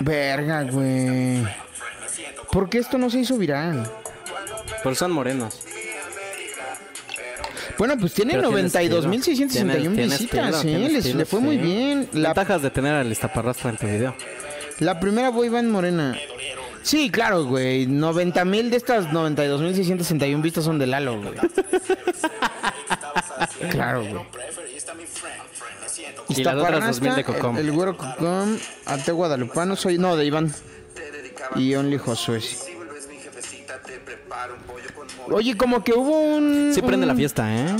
S4: Verga, güey. ¿Por qué esto no se hizo viral?
S5: Pero son morenos.
S4: Bueno, pues tiene
S5: Pero tienes estilo.
S4: 92.661
S5: Tienes- tienes
S4: visitas,
S5: estilo,
S4: ¿eh?
S5: tienes
S4: Les- le
S5: estilo,
S4: fue muy
S5: sí.
S4: bien. La,
S5: Ventajas de tener al listaparrastra en tu video.
S4: la primera boy band morena. Sí, claro, güey. 90.000 de estas 92.661 vistas son de Lalo, güey. claro, güey.
S5: Y las otras
S4: Iztaparrastra,
S5: 2000 de Cocom.
S4: El, el güero Cocom, Ate Guadalupano, soy. No, de Iván. Y Only Josué. Oye, como que hubo un.
S5: Sí prende
S4: un-
S5: la fiesta, ¿eh?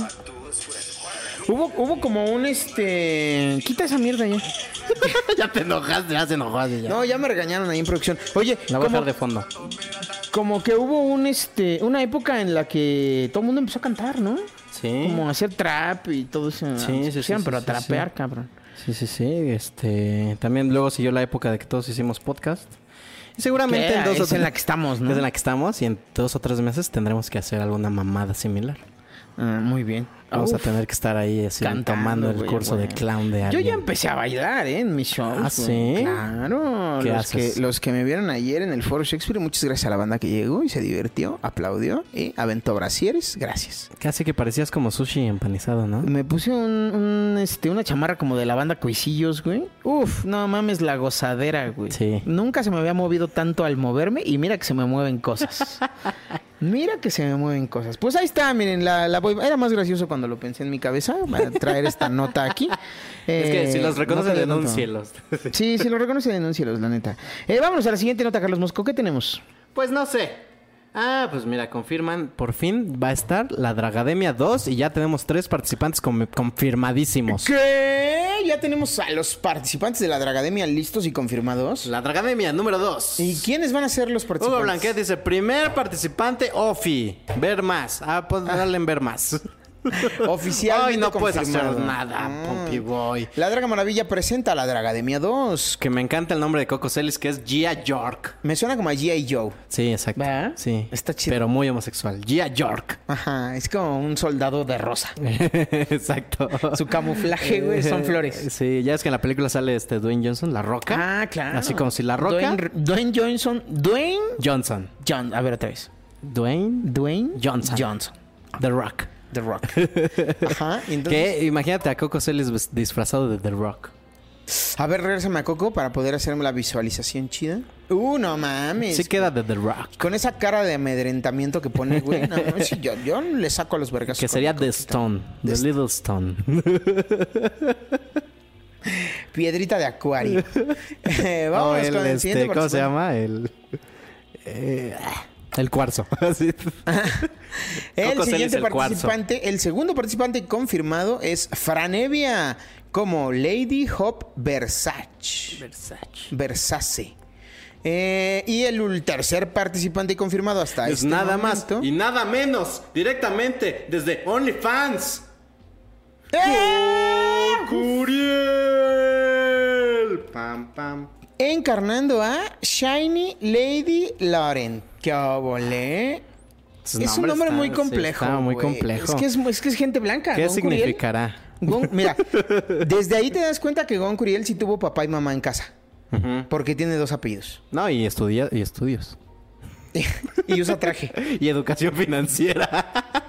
S4: Hubo, hubo como un este. Quita esa mierda ya.
S10: ya te enojaste, ya se enojaste. Ya.
S4: No, ya me regañaron ahí en producción. Oye,
S5: La voy
S4: como,
S5: a dejar de fondo.
S4: como que hubo un este. Una época en la que todo el mundo empezó a cantar, ¿no?
S5: Sí.
S4: Como a hacer trap y todo eso.
S5: Sí, sí, sí,
S4: Pusieron,
S5: sí,
S4: pero
S5: sí,
S4: a trapear,
S5: sí.
S4: cabrón.
S5: Sí, sí, sí. Este, también luego siguió la época de que todos hicimos podcast. Y seguramente
S4: Que
S5: en dos o
S4: es en la que estamos, ¿no?
S5: Es en la que estamos y en dos o tres meses tendremos que hacer alguna mamada similar.
S4: Ah, muy bien.
S5: Vamos a
S4: Uf,
S5: tener que estar ahí así,
S4: cantando,
S5: tomando el
S4: güey,
S5: curso
S4: güey.
S5: de clown de
S4: Yo
S5: alguien.
S4: ya empecé a bailar, ¿eh? En mis shows.
S5: ¿Ah,
S4: güey.
S5: sí?
S4: Claro.
S5: ¿Qué
S4: los,
S5: haces?
S4: Que, los que me vieron ayer en el Foro Shakespeare, muchas gracias a la banda que llegó y se divirtió, aplaudió y aventó brasieres. Gracias.
S5: Casi que parecías como sushi empanizado, ¿no?
S4: Me puse un, un, este, una chamarra como de la banda Cuisillos, güey. Uf, no mames, la gozadera, güey.
S5: Sí.
S4: Nunca se me había movido tanto al moverme y mira que se me mueven cosas. mira que se me mueven cosas. Pues ahí está, miren, la, la boy- Era más gracioso cuando lo pensé en mi cabeza, para traer esta nota aquí. Eh,
S5: es que si los reconoce,
S4: reconoce
S5: denúncielos.
S4: Sí, si los reconoce, denúncielos, la neta. Eh, vámonos a la siguiente nota, Carlos Mosco. ¿Qué tenemos?
S5: Pues no sé. Ah, pues mira, confirman, por fin va a estar la Dragademia 2 y ya tenemos tres participantes com- confirmadísimos.
S4: ¿Qué? Ya tenemos a los participantes de la Dragademia listos y confirmados.
S5: La Dragademia número 2.
S4: ¿Y quiénes van a ser los participantes?
S5: Hugo Blanquet dice, primer participante, Ofi. Ver más. Ah, pues dale en ver más.
S4: Oficialmente
S5: Hoy no puedes
S4: confirmado.
S5: hacer nada,
S4: Ah.
S5: Pompey Boy.
S4: La Draga Maravilla presenta a la Dragademia 2.
S5: Que me encanta el nombre de Coco Celis, que es Gia York.
S4: Me suena como a G.I. Joe.
S5: Sí, exacto.
S4: ¿Verdad?
S5: Sí.
S4: Está chido.
S5: Pero muy homosexual. Gia York.
S4: Ajá, es como un soldado de rosa.
S5: exacto.
S4: Su camuflaje, güey, son flores.
S5: Eh, Sí, ya es que en la película sale este Dwayne Johnson, La Roca.
S4: Ah, claro.
S5: Así como si La Roca-
S4: Dwayne, Dwayne Johnson. Dwayne.
S5: Johnson.
S4: John. A ver, otra vez.
S5: Dwayne
S4: Dwayne
S5: Johnson.
S4: Johnson.
S5: The Rock.
S4: The Rock. Ajá, y entonces.
S5: Que imagínate a Coco Celis vis- disfrazado de The Rock.
S4: A ver, regresame a Coco para poder hacerme la visualización chida. Uh, no mames.
S5: Sí queda de The Rock.
S4: Con esa cara de amedrentamiento que pone, güey. No, no, sí, yo, yo le saco a los vergas.
S5: Que sería The Stone. The
S4: Este.
S5: Little Stone.
S4: Piedrita de acuario. Eh,
S5: O
S4: Vamos
S5: el,
S4: con el
S5: este,
S4: siguiente
S5: ¿Cómo se
S4: participante.
S5: llama? El... eh, el cuarzo. Así.
S4: El
S5: Coco Celis,
S4: siguiente
S5: el
S4: participante, el segundo participante confirmado es Franevia como Lady Hop Versace. Versace. Eh, y el ul- tercer participante confirmado hasta
S5: Es
S4: este
S5: nada
S4: momento-
S5: más y nada menos. Directamente desde OnlyFans.
S4: ¡Eh!
S5: Curiel. Pam, pam.
S4: Encarnando a Shiny Lady Lauren. ¡Qué obole!
S5: Sus
S4: es un nombre
S5: nombres están-
S4: muy
S5: sí,
S4: complejo.
S5: está muy
S4: güey.
S5: complejo.
S4: Es que es, es que es gente blanca.
S5: ¿Qué
S4: Don Curiel.
S5: significará?
S4: Gon- mira, desde ahí te das cuenta que Gon Curiel sí tuvo papá y mamá en casa. Porque tiene dos apellidos.
S5: No, y, estudia, y estudios.
S4: y usa traje.
S5: Y educación financiera.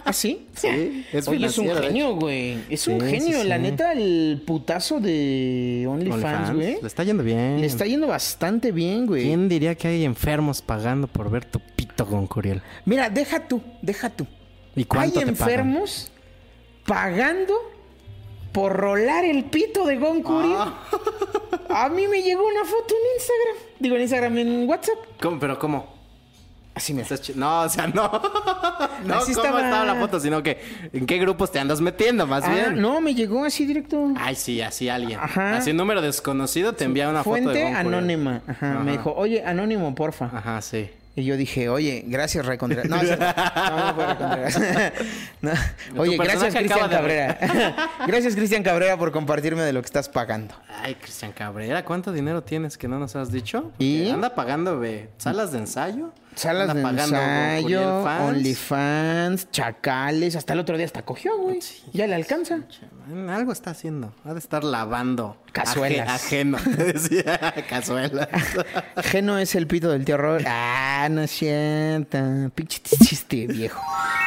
S4: ¿Ah, sí?
S5: Sí, es
S4: Oye, es un
S5: financiera, de
S4: genio, güey. Es un
S5: Sí, sí,
S4: genio. La
S5: sí.
S4: neta, el putazo de OnlyFans,
S5: OnlyFans,
S4: güey.
S5: Le está yendo bien.
S4: Le está yendo bastante bien, güey.
S5: ¿Quién diría que hay enfermos pagando por ver tu pito con Curiel?
S4: Mira, deja tú, deja tú.
S5: ¿Y cuánto
S4: Hay
S5: te pagan?
S4: enfermos pagando por rolar el pito de Gon Curiel.
S5: Ah.
S4: A mí me llegó una foto en Instagram. Digo, en Instagram, en WhatsApp.
S5: ¿Cómo? ¿Pero cómo?
S4: Así me
S5: Estás chi- No, o sea, no. No,
S4: Así
S5: cómo
S4: estaba.
S5: estaba la foto, sino que en qué grupos te andas metiendo, más
S4: Ah,
S5: bien.
S4: no, me llegó así directo.
S5: Ay, sí, así alguien.
S4: Ajá.
S5: Así número desconocido te envía una
S4: Fuente
S5: foto de Gon Curiel.
S4: anónima. Ajá, Ah. Me dijo, oye, anónimo, porfa.
S5: Ajá, sí.
S4: Y yo dije, oye, gracias, Ray Contreras. No, es cierto. no, no fue Ray Contreras. No.
S5: Tu
S4: Oye, gracias,
S5: personaje acaba
S4: Cristian
S5: de-
S4: Cabrera. gracias, Cristian Cabrera, por compartirme de lo que estás pagando.
S5: Ay, Cristian Cabrera, ¿cuánto dinero tienes que no nos has dicho?
S4: ¿Y?
S5: Que Anda pagando de salas de ensayo.
S4: Salas
S5: anda
S4: de
S5: pagando
S4: ensayo,
S5: Goncuriel fans.
S4: OnlyFans, chacales. Hasta el otro día hasta cogió, güey. Ya le alcanza.
S5: Mm, Algo está haciendo. Ha de estar lavando.
S4: Cazuelas.
S5: Aje- ajeno. Decía, cazuelas.
S4: Geno es el pito del tío Robert. Ah, no es cierto. Pinche chiste viejo.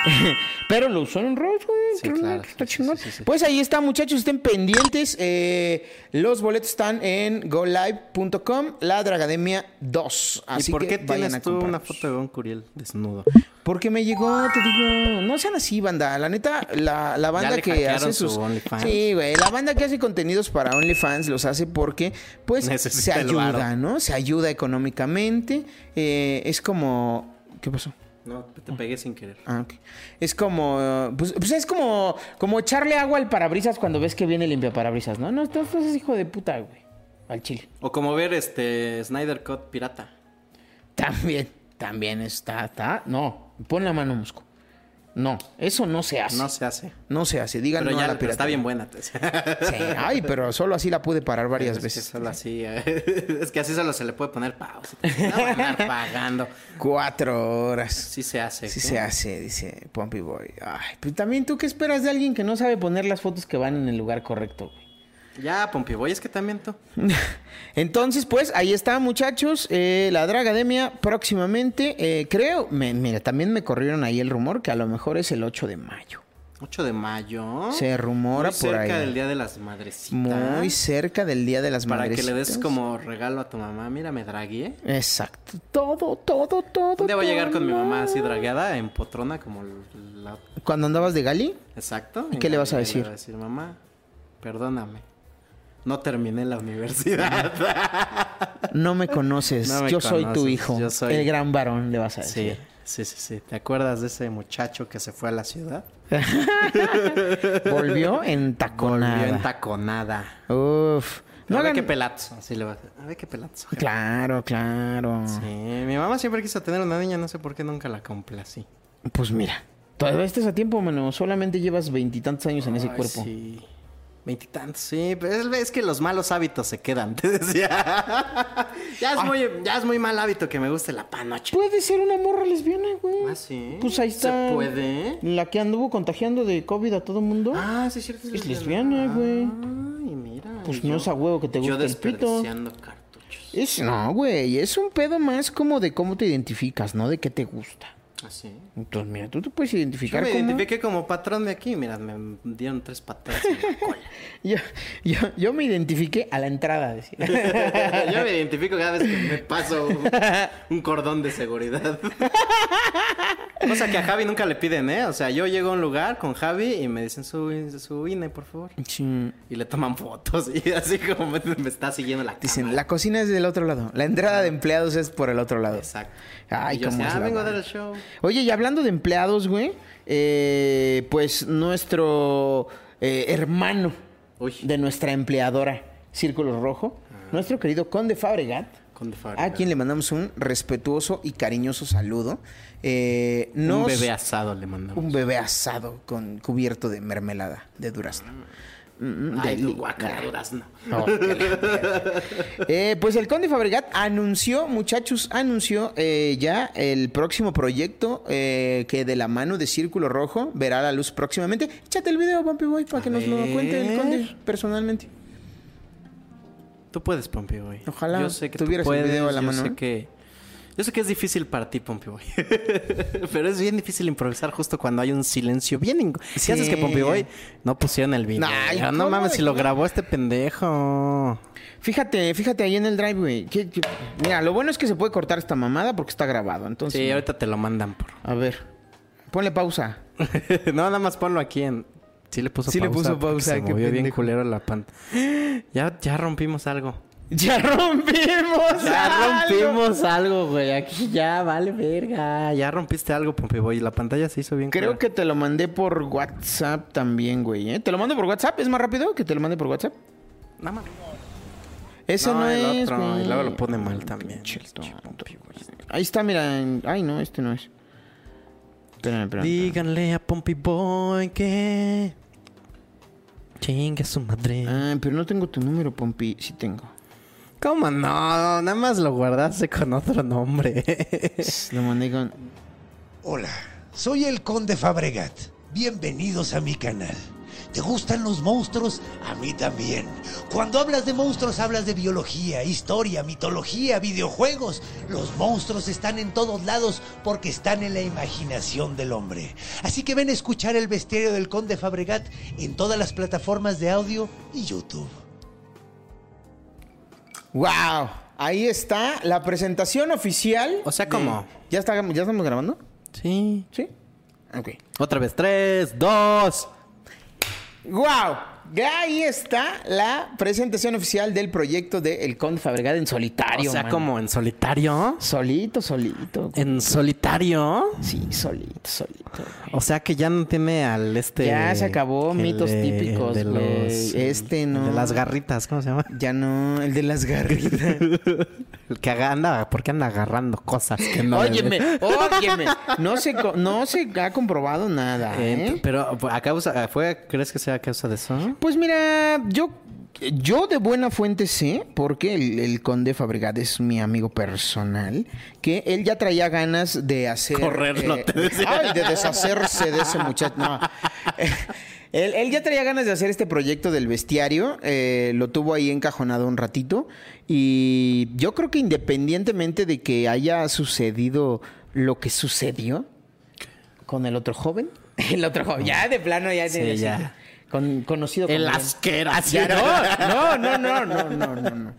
S4: Pero lo usó en Robert, güey.
S5: Sí,
S4: Qué
S5: claro.
S4: Está
S5: Sí, sí,
S4: chingón.
S5: sí, sí.
S4: Pues ahí está, muchachos. Estén pendientes. Eh, los boletos están en golive.com, la Dragademia 2. Así
S5: ¿Y por
S4: que
S5: qué
S4: vayan a
S5: tienes tú una
S4: comprarlos.
S5: foto de Don Curiel desnudo?
S4: Porque me llegó, te digo, no sean así, banda. La neta, la, la banda
S5: le
S4: que
S5: hackearon
S4: hace
S5: su
S4: sus.
S5: OnlyFans.
S4: Sí, güey. La banda que hace contenidos para OnlyFans los hace porque, pues,
S5: Necesita
S4: se
S5: el varo.
S4: ayuda, ¿no? Se ayuda económicamente. Eh, es como. ¿Qué pasó?
S5: No, te pegué sin querer.
S4: Ah, ok. Es como. Pues, pues es como, como echarle agua al parabrisas cuando ves que viene limpia parabrisas, ¿no? No, estás estás hijo de puta, güey. Al chile.
S5: O como ver este Snyder Cut pirata.
S4: También, también está, está. No, pon la mano, Musco. No, eso no se hace.
S5: No se hace.
S4: No se hace. Digan
S5: Pero
S4: Ah, no
S5: ya
S4: a la
S5: pero está
S4: piratería.
S5: bien buena. te decía.
S4: Sí, ay, pero solo así la pude parar varias
S5: Es que
S4: veces.
S5: solo así, eh, es que así solo se le puede poner pausa. No van a andar pagando.
S4: Cuatro horas.
S5: Sí se hace.
S4: Sí
S5: ¿qué?
S4: se hace, dice Pompey Boy. Ay, pero también tú qué esperas de alguien que no sabe poner las fotos que van en el lugar correcto, güey.
S5: Ya, Pompiboy, es que también tú.
S4: Entonces, pues ahí está, muchachos. Eh, la Dragademia próximamente, eh, creo. me- mira, también me corrieron ahí el rumor que a lo mejor es el 8 de mayo.
S5: 8 de mayo.
S4: Se rumora
S5: Muy
S4: por
S5: cerca
S4: ahí.
S5: del Día de las Madrecitas.
S4: Muy cerca del Día de las
S5: Para
S4: Madres.
S5: que le des como regalo a tu mamá. Mira, me dragué.
S4: Exacto. Todo, todo, todo.
S5: Un día voy a
S4: todo,
S5: llegar con mi mamá
S4: no.
S5: así dragueada, en potrona, como la...
S4: Cuando andabas de Gali,
S5: Exacto.
S4: ¿Y qué le vas a
S5: voy
S4: decir?
S5: a decir, mamá, perdóname. No terminé la universidad.
S4: no me conoces.
S5: No me
S4: yo soy tu
S5: conoces,
S4: hijo.
S5: yo soy-
S4: El gran varón, le vas a
S5: Sí,
S4: decir.
S5: sí, sí, sí. ¿Te acuerdas de ese muchacho que se fue a la ciudad?
S4: Volvió en taconada.
S5: Volvió en taconada.
S4: Uf. No
S5: a ver
S4: hagan-
S5: qué pelazo. Así le vas a... a ver qué pelazo.
S4: Claro, claro.
S5: Sí, mi mamá siempre quiso tener una niña, no sé por qué nunca la complací.
S4: Pues mira, todavía estás a tiempo, mano. Solamente llevas veintitantos años en ese
S5: Ay,
S4: cuerpo.
S5: Sí. Veintitantos, sí. pero Es, es que los malos hábitos se quedan, te decía. ya,
S4: Ah.
S5: es muy, ya es muy mal hábito que me guste la panoche.
S4: Puede ser una morra lesbiana, güey.
S5: Ah, sí.
S4: Pues ahí está.
S5: ¿Se puede?
S4: La que anduvo contagiando de COVID a todo mundo.
S5: Ah, sí, es cierto.
S4: Es lesbiana, güey.
S5: Ay, mira.
S4: Pues
S5: y
S4: no
S5: yo-
S4: es a huevo que te
S5: Yo
S4: guste el pito.
S5: desperdiciando cartuchos.
S4: Es, no, güey. Es un pedo más como de cómo te identificas, no de qué te gusta.
S5: Así.
S4: Entonces, mira, tú te puedes
S5: Yo
S4: identificar
S5: me
S4: como...
S5: identifiqué como patrón de aquí. Mira, me dieron tres patadas en la cola.
S4: Yo, yo, yo me identifiqué a la entrada, decía.
S5: Yo me identifico cada vez que me paso un- un cordón de seguridad. Cosa que a Javi nunca le piden, ¿eh? O sea, yo llego a un lugar con Javi y me dicen su, su INE, por favor.
S4: Sí.
S5: Y le toman fotos y así como me, me está siguiendo la
S4: Dicen,
S5: cámara.
S4: la cocina es del otro lado. La entrada de empleados es por el otro lado.
S5: Exacto.
S4: Ay,
S5: Y yo
S4: cómo
S5: así,
S4: es
S5: ah,
S4: la
S5: vengo a
S4: banda.
S5: dar el show.
S4: Oye, y hablando de empleados, güey, eh, pues nuestro eh, hermano
S5: Uy. Ah.
S4: de nuestra empleadora Círculo Rojo, nuestro querido Conde Fabregat,
S5: Conde Fabregat.
S4: a quien le mandamos un respetuoso y cariñoso saludo. eh,
S5: Un
S4: nos-
S5: bebé asado le mandamos.
S4: un bebé asado con cubierto de mermelada de durazno. Mm, de
S5: Ay,
S4: li-
S5: tu guaca, durazno.
S4: No, qué la- Eh, pues el Conde Fabregat anunció, muchachos, anunció eh, ya el próximo proyecto eh, que de la mano de Círculo Rojo verá la luz próximamente. Échate el video, Bumpy Boy, para que nos lo cuente el
S5: ver.
S4: Conde personalmente.
S5: Tú puedes, Pompey Boy.
S4: Ojalá
S5: yo sé que
S4: tuvieras
S5: tú
S4: el
S5: puedes,
S4: video a la
S5: yo
S4: mano,
S5: Sé
S4: ¿eh?
S5: que, yo sé que es difícil para ti, Pompey Boy. Pero es bien difícil improvisar justo cuando hay un silencio bien... inc- ¿Qué
S4: Sí.
S5: haces que Pompey Boy no pusieron el video? Ah,
S4: Ay,
S5: no
S4: ¿cómo
S5: mames,
S4: de
S5: si lo
S4: cómo?
S5: grabó este pendejo.
S4: Fíjate, fíjate ahí en el drive, güey. ¿Qué- qué- Mira, lo bueno es que se puede cortar esta mamada porque está grabado. Entonces,
S5: Sí, ahorita te lo mandan por...
S4: a ver, ponle pausa.
S5: no, nada más ponlo aquí en... Sí le puso
S4: Sí le puso
S5: pausa. porque
S4: pausa,
S5: Se
S4: qué
S5: movió bien
S4: pendejo.
S5: culero la pantalla. Ya, ya rompimos algo.
S4: Ya rompimos.
S5: Ya
S4: algo!
S5: rompimos algo, güey. Aquí ya vale verga. Ya rompiste algo, Pompey Boy. La pantalla se hizo bien
S4: Creo
S5: culera.
S4: que te lo mandé por WhatsApp también, güey. ¿eh? ¿Te lo mando por WhatsApp? ¿Es más rápido que te lo mande por WhatsApp?
S5: Nada más.
S4: Ese no,
S5: el
S4: es,
S5: otro,
S4: güey.
S5: Y luego lo pone mal también.
S4: Ahí está, mira. en- Ay, no, este no es. Espérame, espérame.
S5: Díganle a Pompey Boy que. Chingue su madre.
S4: Ah, pero no tengo tu número, Pompi. Sí tengo.
S5: ¿Cómo no? Nada más lo guardaste con otro nombre.
S4: Lo mandé con...
S11: Hola, soy el Conde Fabregat. Bienvenidos a mi canal. ¿Te gustan los monstruos? A mí también. Cuando hablas de monstruos hablas de biología, historia, mitología, videojuegos. Los monstruos están en todos lados porque están en la imaginación del hombre. Así que ven a escuchar el bestiario del Conde Fabregat en todas las plataformas de audio y YouTube.
S4: ¡Wow! Ahí está la presentación oficial.
S5: O sea,
S4: de-
S5: ¿cómo?
S4: ¿Ya, está, ¿Ya estamos grabando?
S5: sí.
S4: ¿Sí? Ok.
S5: Otra vez. Tres, dos.
S4: ¡Wow! Ahí está la presentación oficial del proyecto de El Conde Fabregada en solitario.
S5: o sea,
S4: mano.
S5: como en solitario.
S4: Solito, solito.
S5: En solitario.
S4: Sí, solito, solito.
S5: O sea que ya no tiene al este.
S4: Ya se acabó
S5: el
S4: mitos
S5: de-
S4: típicos,
S5: de
S4: güey.
S5: los-
S4: Este no.
S5: De las garritas, ¿cómo se llama?
S4: Ya no, el de las garritas.
S5: El que aga- anda, porque anda agarrando cosas que no. debe?
S4: óyeme, óyeme. No se, co- no se ha comprobado nada.
S5: Eh,
S4: ¿eh?
S5: Pero a causa, fue, ¿crees que sea a causa de eso?
S4: Pues mira, yo, yo de buena fuente sé, porque el, el conde Fabregat es mi amigo personal, que él ya traía ganas de hacer... eh,
S5: Correrlo, te decía.
S4: ay, de deshacerse de ese muchacho. No. Él, él ya traía ganas de hacer este proyecto del bestiario, eh, lo tuvo ahí encajonado un ratito y yo creo que independientemente de que haya sucedido lo que sucedió con el otro joven, el otro joven, ya de plano ya,
S5: Sí,
S4: de-
S5: ya.
S4: con- conocido
S5: El
S4: como
S5: asqueroso.
S4: Así, no, no, no, no, no, no, no, no.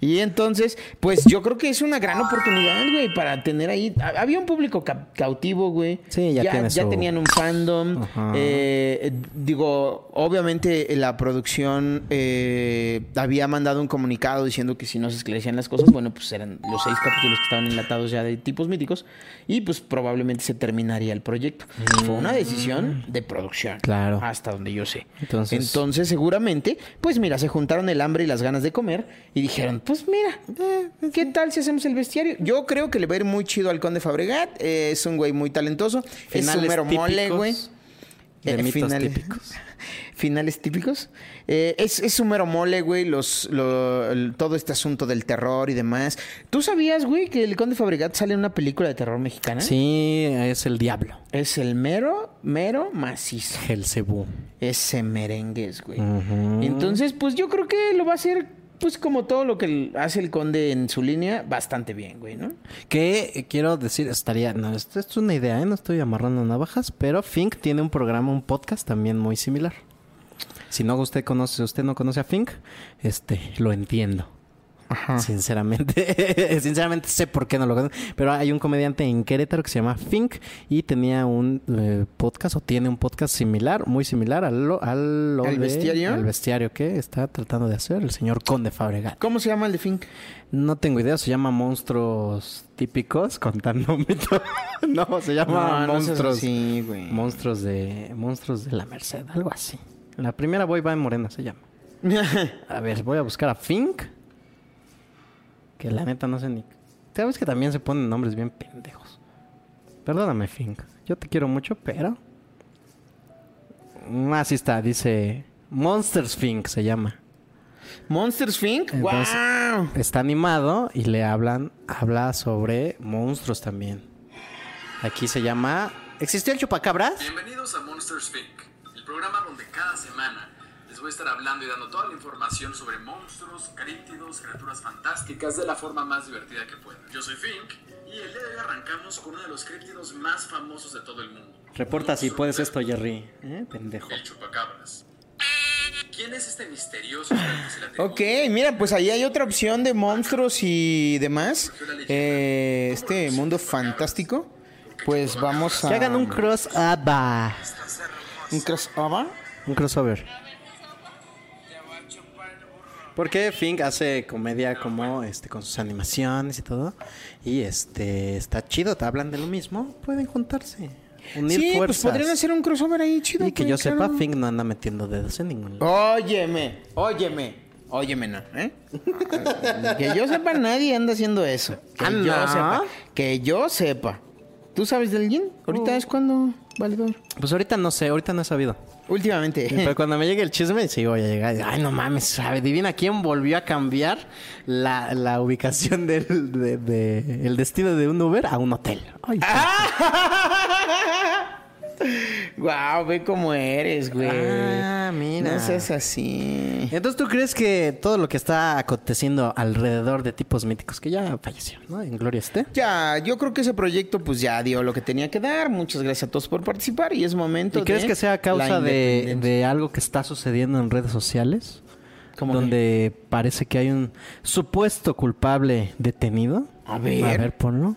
S4: Y entonces, pues yo creo que es una gran oportunidad, güey, para tener ahí. ha- Había un público ca- cautivo, güey.
S5: Sí, ya tiene su-
S4: tenían un fandom.
S5: Ajá.
S4: Eh, eh, digo, obviamente eh, la producción eh, había mandado un comunicado diciendo que si no se esclarecían las cosas, bueno, pues eran los seis capítulos que estaban enlatados ya de tipos míticos y pues probablemente se terminaría el proyecto. Fue una decisión de producción.
S5: Claro.
S4: Hasta donde yo sé.
S5: Entonces-
S4: Entonces, seguramente, pues mira, se juntaron el hambre y las ganas de comer y dijeron, pues mira, eh, ¿qué tal si hacemos el bestiario? Yo creo que le va a ir muy chido al Conde Fabregat. eh, es un güey muy talentoso. es un
S5: Finales
S4: mero mole,
S5: típicos
S4: güey.
S5: de
S4: Eh,
S5: mitos
S4: finales-
S5: típicos.
S4: Finales típicos. Eh, es, es un mero mole, güey, los, lo- el- todo este asunto del terror y demás. ¿Tú sabías, güey, que el Conde Fabregat sale en una película de terror mexicana?
S5: Sí, es el diablo.
S4: Es el mero, mero macizo.
S5: El cebú.
S4: Ese merengues, güey. Entonces, pues yo creo que lo va a hacer, pues como todo lo que el- hace el conde en su línea, bastante bien, güey, ¿no?
S5: Que eh, quiero decir, estaría. No, esto, esto es una idea, ¿eh? no estoy amarrando navajas, pero Fink tiene un programa, un podcast también muy similar. Si no usted conoce, usted no conoce a Fink, este, lo entiendo. Sinceramente, sinceramente sé por qué no lo conozco. Pero hay un comediante en Querétaro que se llama Fink y tenía un eh, podcast o tiene un podcast similar, muy similar al, lo- al lo
S4: ¿El
S5: de-
S4: bestiario?
S5: al bestiario que está tratando de hacer el señor Conde Fabregat.
S4: ¿Cómo se llama el de Fink?
S5: No tengo idea, se llama Monstruos Típicos contando mitos. no, se llama Ah, Monstruos.
S4: Sí, güey.
S5: monstruos de Monstruos de la Merced, algo así. La primera voy va en Morena se llama. A ver, voy a buscar a Fink. Que la neta no sé ni. Sabes que también se ponen nombres bien pendejos. Perdóname, Fink. Yo te quiero mucho, pero. Mm, Así está, dice. Monsters Fink se llama.
S4: ¿Monsters Fink?
S5: Entonces-
S4: ¡Wow!
S5: Está animado y le hablan. Habla sobre monstruos también. Aquí se llama. ¿Existió el chupacabras?
S12: Bienvenidos a Monsters Fink, el programa donde cada semana les voy a estar hablando y dando toda la información sobre monstruos, caríptidos, criaturas fantásticas de la forma más divertida que pueda. Yo soy Fink y el día de hoy arrancamos con uno de los críptidos más famosos de todo el mundo.
S5: Reporta si puedes esto, Jerry. ¿Eh? Pendejo.
S12: El chupacabras. ¿Quién es este misterioso animal que se le atribuye
S4: Ok, mira, pues ahí hay otra opción de monstruos y demás. Eh, este mundo fantástico. Pues vamos a.
S5: Que hagan un crossover.
S4: un crossover.
S5: Un crossover. Porque Fink hace comedia como este con sus animaciones y todo. Y este está chido, te hablan de lo mismo. Pueden juntarse. Unir
S4: Sí, pues
S5: fuerzas.
S4: podrían hacer un crossover ahí chido.
S5: Y que
S4: güey,
S5: yo
S4: claro.
S5: sepa, Fink no anda metiendo dedos en ningún lado.
S4: Óyeme, óyeme, óyeme, no, ¿eh? Que yo sepa, nadie anda haciendo eso. Que
S5: Ah,
S4: yo
S5: ¿no?
S4: sepa. Que yo sepa. ¿Tú sabes del yin? Ahorita es cuando, valedor.
S5: Pues ahorita no sé, ahorita no he sabido.
S4: Últimamente.
S5: Pero cuando me llegue el chisme, sí voy a llegar. Ay, no mames, ¿sabe? Adivina quién volvió a cambiar la, la ubicación del de- de- el destino de un Uber a un hotel. Ah, Ay,
S4: Guau, ve cómo eres, güey.
S5: Ah, mira.
S4: No seas así.
S5: Entonces, ¿tú crees que todo lo que está aconteciendo alrededor de tipos míticos que ya falleció, ¿no? En gloria esté.
S4: Ya, yo creo que ese proyecto pues ya dio lo que tenía que dar. Muchas gracias a todos por participar y es momento
S5: ¿Y crees
S4: de
S5: que sea a causa
S4: la
S5: de,
S4: independencia.
S5: de algo que está sucediendo en redes sociales?
S4: ¿Cómo
S5: donde parece que hay un supuesto culpable detenido.
S4: A ver.
S5: A ver, ponlo.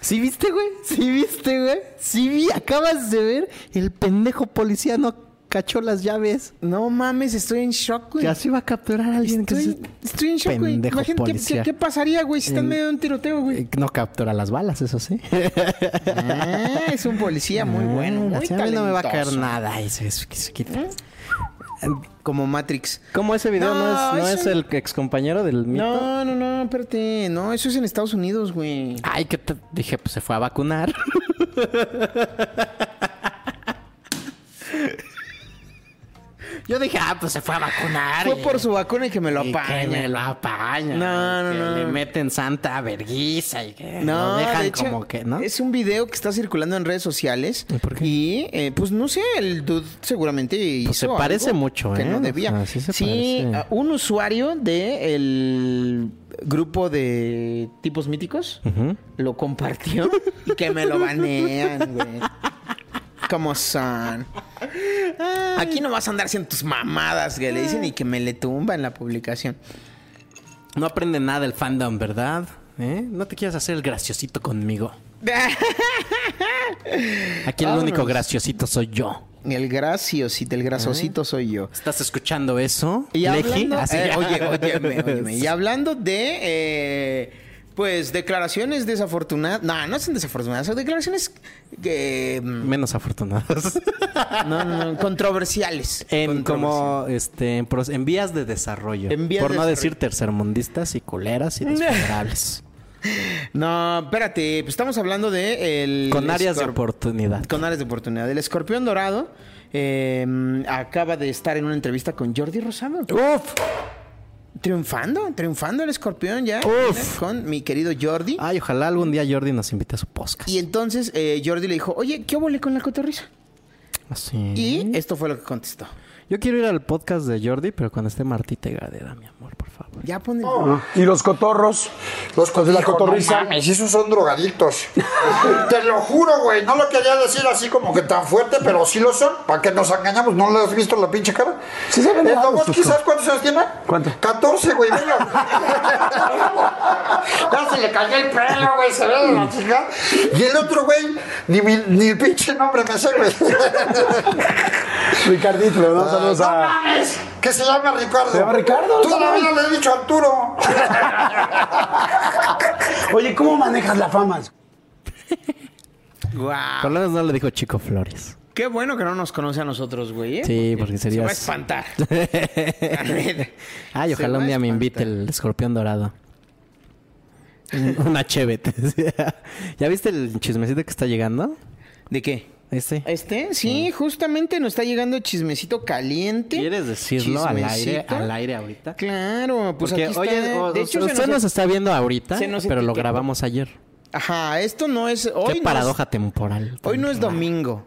S5: ¿Sí viste, güey? ¿Sí viste, güey? ¿Sí vi? Acabas de ver el pendejo policía no cachó las llaves.
S4: No mames, estoy en shock, güey.
S5: Ya se iba a capturar a alguien que
S4: Estoy,
S5: se-
S4: estoy en shock, güey.
S5: Pendejo
S4: Imagínate qué-
S5: policía.
S4: qué, qué pasaría, güey, si está en
S5: En-
S4: medio de un tiroteo, güey.
S5: Eh, No captura las balas, eso sí.
S4: Ah, es un policía muy bueno, muy
S5: Así a mí no me va a caer
S4: talentoso. ¿Eh?
S5: nada. y se- se- se quita.
S4: Como Matrix.
S5: ¿Cómo ese video no,
S4: No,
S5: es, no
S4: eso-
S5: es el excompañero del mito?
S4: No, no, no, espérate. No, eso es en Estados Unidos, güey.
S5: Ay, que te- dije, pues se fue a vacunar. Yo dije, ah, pues se fue a vacunar.
S4: Fue por su vacuna y que me lo
S5: Y que me
S4: apaña.
S5: lo apaña.
S4: No, no,
S5: que
S4: no.
S5: Le meten santa verguiza y que
S4: No,
S5: Eh, lo dejan
S4: de hecho,
S5: como que, ¿no?
S4: Es un video que está circulando en redes sociales. ¿Y eh, pues no sé, el dude seguramente
S5: Pues se
S4: hizo
S5: parece
S4: algo
S5: mucho,
S4: que
S5: ¿eh?
S4: no
S5: O
S4: debía.
S5: sea, sí se
S4: sí,
S5: parece.
S4: a- un usuario de el grupo de tipos míticos
S5: Ujú.
S4: lo compartió y que me lo banean, güey. Como son. Aquí no vas a andar haciendo tus mamadas, que le dicen y que me le tumban la publicación.
S5: No aprende nada el fandom, ¿verdad? ¿Eh? No te quieras hacer el graciosito conmigo. Aquí el único
S4: Vámonos.
S5: graciosito soy yo.
S4: El graciosito, el grasosito soy yo.
S5: ¿Estás escuchando eso?
S4: Y
S5: Leji? Ah,
S4: hablando,
S5: Así.
S4: eh, oye, óyeme, óyeme. Y hablando de, eh, pues, declaraciones desafortunadas. No, no son desafortunadas, son declaraciones que, mm,
S5: Menos afortunados.
S4: no, no, no, controversiales.
S5: En como este en, pro- en vías de desarrollo.
S4: En vías
S5: por
S4: de
S5: no
S4: desarrollo.
S5: decir tercermundistas y culeras y desfavorables.
S4: No, espérate, pues estamos hablando de el
S5: con áreas de
S4: escorp-
S5: oportunidad.
S4: con áreas de oportunidad. El escorpión dorado eh, acaba de estar en una entrevista con Jordi Rosado.
S5: ¡Uf!
S4: Triunfando, triunfando el escorpión ya.
S5: Uf.
S4: Con mi querido Jordi.
S5: Ay, ojalá algún día Jordi nos invite a su podcast.
S4: Y entonces eh, Jordi le dijo, oye, ¿qué volé con la cotorriza?
S5: Así.
S4: Y esto fue lo que contestó.
S5: Yo quiero ir al podcast de Jordi, pero cuando esté Martí Tegadera, mi amor, por favor.
S4: Ya ponen.
S5: Oh.
S13: Y los cotorros. Los de Pues, la cotorriza.
S14: No mames, esos son drogadictos. Te lo juro, güey. No lo quería decir así como que tan fuerte, pero sí lo son. ¿Para qué nos engañamos? ¿No le has visto la pinche cara? Eh,
S13: Sí se ven
S14: El
S13: raros,
S14: Doboski,
S13: Susco.
S14: ¿sabes cuántos años tiene?
S13: ¿Cuánto?
S14: 14, güey. Venga. ya se le cayó el pelo, güey. Se ve de la chica. Y el otro, güey, ni, mi- ni el pinche nombre me sé, güey. Ah,
S13: Ricardito, le mandamos saludos
S14: No
S13: a.
S14: mames, que se llama Ricardo.
S13: Se llama Ricardo,
S14: Tú
S13: no mames.
S14: todavía le he dicho a Arturo.
S13: Oye, ¿cómo manejas la fama?
S4: Ah.
S5: Por lo menos no le dijo Chico Flores.
S4: Qué bueno que no nos conoce a nosotros, güey. ¿eh?
S5: Sí, porque
S4: Se va a
S5: serías-
S4: espantar.
S5: Ay,
S4: Se va
S5: ojalá un día
S4: a
S5: me invite el escorpión dorado. Un- Una chévere. ¿Ya viste el chismecito que está llegando?
S4: ¿De qué?
S5: Este.
S4: Este, sí, justamente nos está llegando chismecito caliente.
S5: ¿Quieres decirlo al aire,
S4: Chismecito.
S5: al aire ahorita?
S4: Claro, pues
S5: Porque
S4: aquí
S5: oye,
S4: está.
S5: o-
S4: de
S5: o-
S4: hecho, se
S5: usted nos,
S4: nos-
S5: está viendo ahorita,
S4: se nos
S5: pero lo
S4: etiquetó.
S5: grabamos ayer.
S4: Ajá, esto no es hoy. no
S5: Qué
S4: es-
S5: paradoja temporal.
S4: Hoy no es domingo.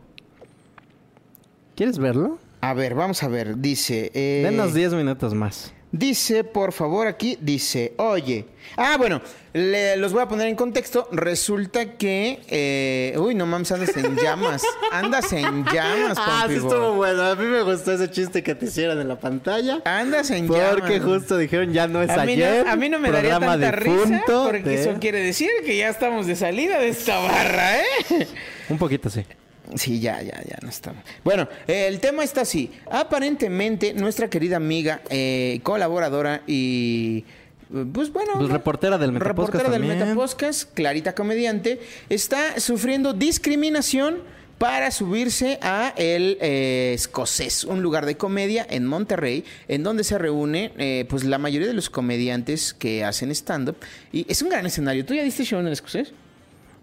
S5: ¿Quieres verlo?
S4: A ver, vamos a ver. Dice. eh,
S5: Denos 10 minutos más.
S4: Dice, por favor, aquí dice, oye. Ah, bueno, le- los voy a poner en contexto. Resulta que. eh, uy, no mames, andas en llamas. Andas en llamas, Pompibo.
S5: Ah, bueno. A mí me gustó ese chiste que te hicieron en la pantalla.
S4: Andas Ah, en llamas.
S5: Porque justo dijeron ya no es
S4: A mí,
S5: ayer.
S4: no, a mí no me daría
S5: programa ¿eh?
S4: tanta risa
S5: difunto
S4: porque
S5: de-
S4: eso quiere decir que ya estamos de salida de esta barra, ¿eh?
S5: Un poquito sí.
S4: Sí, ya, ya, ya, no estamos. Bueno, eh, el tema está así. Aparentemente, nuestra querida amiga, eh, colaboradora y. eh, Pues bueno.
S5: Pues,
S4: ¿no?
S5: reportera del Metapodcast
S4: Reportera del
S5: también.
S4: Metapodcast, Clarita Comediante, está sufriendo discriminación para subirse a El eh, Escocés, un lugar de comedia en Monterrey, en donde se reúne eh, pues la mayoría de los comediantes que hacen stand-up. Y es un gran escenario. ¿Tú ya diste show en El Escocés?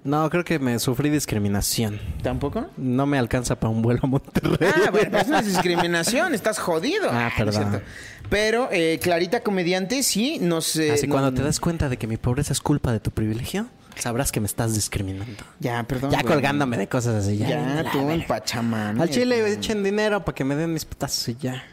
S5: No, creo que me sufrí discriminación.
S4: ¿Tampoco?
S5: No me alcanza para un vuelo a Monterrey.
S4: Ah, bueno, pues no es discriminación, estás jodido.
S5: Ah,
S4: no es
S5: perdón.
S4: cierto. Pero eh, Clarita Comediante sí nos... eh,
S5: Así
S4: no-
S5: cuando te das cuenta de que mi pobreza es culpa de tu privilegio, sabrás que me estás discriminando.
S4: Ya, perdón.
S5: Ya
S4: güey.
S5: colgándome de cosas así, ya.
S4: Ya,
S5: La
S4: tú en
S5: verga.
S4: Pachamama.
S5: Al chile echen dinero para que me den mis putazos y ya.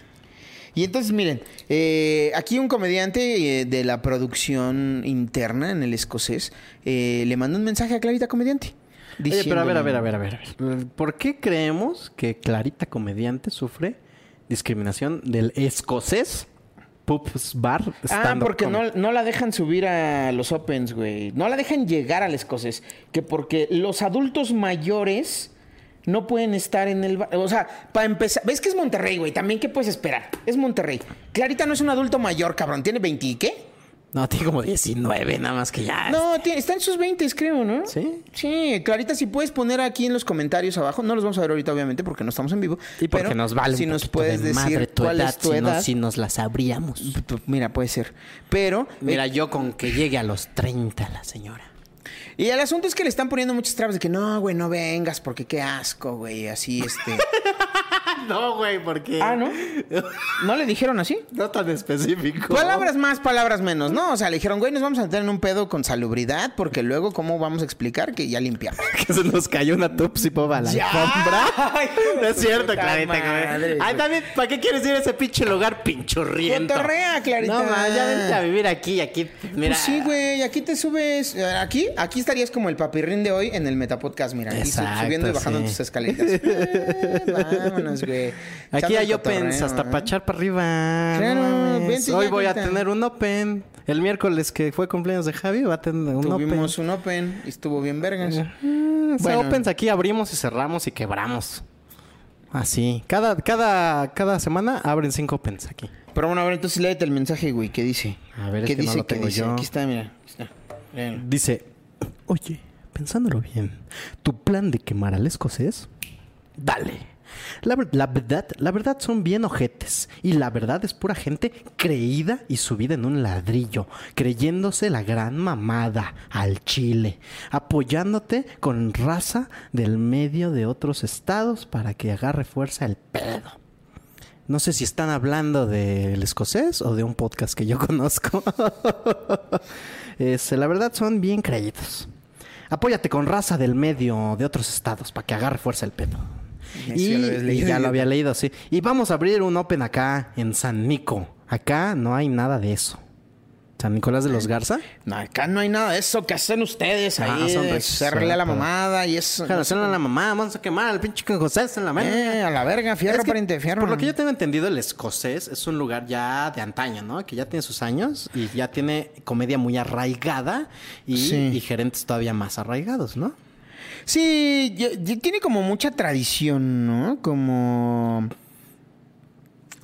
S4: Y entonces, miren, eh, aquí un comediante eh, de la producción interna en el escocés eh, le mandó un mensaje a Clarita Comediante.
S5: Oye, pero a ver, a ver, a ver, a
S4: diciéndole-
S5: ver. ¿Por qué creemos que Clarita Comediante sufre discriminación del escocés Pups Bar?
S4: Ah,
S5: stand-up
S4: porque
S5: comedy?
S4: no, no la dejan subir a los Opens, güey. No la dejan llegar al escocés. Que porque los adultos mayores no pueden estar en el... ba- O sea, para empezar... ¿Ves que es Monterrey, güey? También, ¿qué puedes esperar? Es Monterrey. Clarita no es un adulto mayor, cabrón. Tiene 20 y qué?
S5: No, tiene como 19, nada más que ya.
S4: No, tiene- está en sus 20, creo, ¿no? Sí. Sí, Clarita, si puedes poner aquí en los comentarios abajo, no los vamos a ver ahorita, obviamente, porque no estamos en vivo.
S5: Y porque
S4: pero
S5: nos vale un
S4: Si nos
S5: poquito
S4: puedes
S5: de
S4: decir
S5: madre tu
S4: cuál
S5: edad,
S4: es tu
S5: si no,
S4: edad.
S5: si nos la sabríamos.
S4: P- p- Mira, puede ser. Pero.
S5: Mira,
S4: eh,
S5: yo con que llegue a los 30 la señora.
S4: Y el asunto es que le están poniendo muchas trabas de que no, güey, no vengas, porque qué asco, güey. Así, este.
S5: No, güey, porque.
S4: ah, ¿no? ¿No le dijeron así?
S5: No tan específico.
S4: Palabras más, palabras menos, ¿no? O sea, le dijeron, güey, nos vamos a meter en un pedo con salubridad, porque luego, ¿cómo vamos a explicar que ya limpiamos?
S5: Que se nos cayó una tupsi popa a la
S4: Ya.
S5: alfombra. no es cierto,
S4: puta
S5: Clarita.
S4: madre,
S5: güey. Ay,
S4: güey.
S5: también, ¿para qué quieres ir a ese pinche lugar pinchurriento?
S4: Cotorrea, Clarita.
S5: No, ma, ya vente a vivir aquí, aquí. Mira.
S4: Pues sí, güey, aquí te subes. eh, Aquí, aquí estarías como el papirrín de hoy en el Metapodcast, mira. Aquí sub-
S5: Exacto,
S4: subiendo y bajando
S5: sí.
S4: tus escaleras. Eh, vámonos, güey.
S5: Aquí
S4: Echando
S5: hay
S4: el cotorreo,
S5: opens hasta
S4: ¿eh?
S5: para echar para arriba. no
S4: Claro,
S5: mames.
S4: vente
S5: Hoy
S4: ya,
S5: voy a
S4: Clarita.
S5: tener un open. El miércoles que fue cumpleaños de Javi va a tener un Eh.
S4: Tuvimos un open y estuvo bien vergas.
S5: open. Bueno.
S4: Bueno.
S5: opens aquí abrimos y cerramos y quebramos. Así. Cada, cada, cada semana abren cinco opens aquí.
S4: Pero bueno, a ver, entonces léete el mensaje, güey. ¿Qué dice?
S5: A ver, es
S4: ¿Qué
S5: que no
S4: dice?
S5: lo
S4: ¿Qué
S5: tengo
S4: dice?
S5: yo.
S4: Aquí está, mira. Aquí está. Léelo.
S5: Dice, oye, pensándolo bien, tu plan de quemar al escocés, dale. La, ver- la verdad, la verdad son bien ojetes y la verdad es pura gente creída y subida en un ladrillo, creyéndose la gran mamada al Chile, apoyándote con raza del medio de otros estados para que agarre fuerza el pedo. No sé si están hablando del escocés o de un podcast que yo conozco. Este, la verdad son bien creídos. Apóyate con raza del medio de otros estados para que agarre fuerza el pedo.
S4: Eso
S5: Y,
S4: ya lo habías
S5: y
S4: leído.
S5: ya lo había leído, sí. Y vamos a abrir un Open acá en San Nico. Acá no hay nada de eso. San Nicolás de los Garza.
S4: No, acá no hay nada de eso que hacen ustedes
S5: Ah,
S4: ahí.
S5: son
S4: de
S5: recios,
S4: hacerle a la
S5: pero-
S4: mamada y eso.
S5: Déjalo hacerle a la mamá, vamos a quemar al pinche José en la mano.
S4: Eh, a la verga, fierro,
S5: Es que,
S4: pariente, fierro.
S5: Por lo que yo tengo entendido, el escocés es un lugar ya de antaño, ¿no? Que ya tiene sus años y ya tiene comedia muy arraigada y,
S4: Sí.
S5: y gerentes todavía más arraigados, ¿no?
S4: Sí, y- y tiene como mucha tradición, ¿no? Como...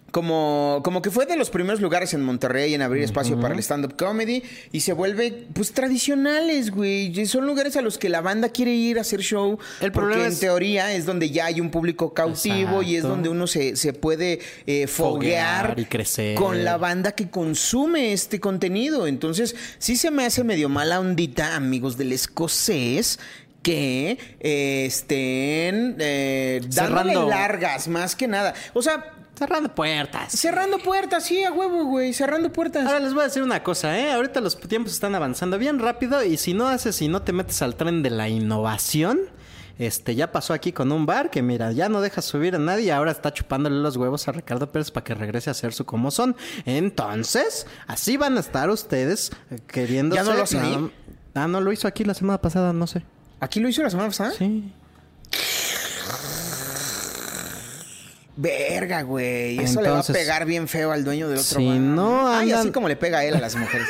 S4: Como, como que fue de los primeros lugares en Monterrey en abrir espacio para el stand-up comedy y se vuelve, pues, tradicionales, güey. Y Son lugares a los que la banda quiere ir a hacer show. porque
S5: El problema
S4: en
S5: es-
S4: teoría es donde ya hay un público cautivo y es
S5: Exacto.
S4: donde uno se, se puede eh, foguear,
S5: Foguear y crecer.
S4: con la banda que consume este contenido. Entonces, sí se me hace medio mala ondita, amigos del escocés, que eh, estén eh, dándole
S5: Cerrando.
S4: largas, más que nada. O sea,
S5: Cerrando puertas.
S4: cerrando puertas, sí, a huevo, güey, cerrando puertas.
S5: Ahora les voy a decir una cosa, ¿eh? Ahorita los tiempos están avanzando bien rápido y si no haces y no te metes al tren de la innovación, este, ya pasó aquí con un bar que mira, ya no deja subir a nadie y ahora está chupándole los huevos a Ricardo Pérez para que regrese a hacer su como son. Entonces, así van a estar ustedes eh, queriéndose...
S4: ¿Ya no lo hacen ahí?
S5: No, Ah, no, lo hizo aquí la semana pasada, no sé.
S4: ¿Aquí lo hizo la semana pasada?
S5: Sí.
S4: Verga, güey. Eso le va a
S5: Entonces-
S4: pegar bien feo al dueño del otro
S5: Si
S4: bar,
S5: no
S4: Ay, así
S5: andan-
S4: como le pega a él a las mujeres.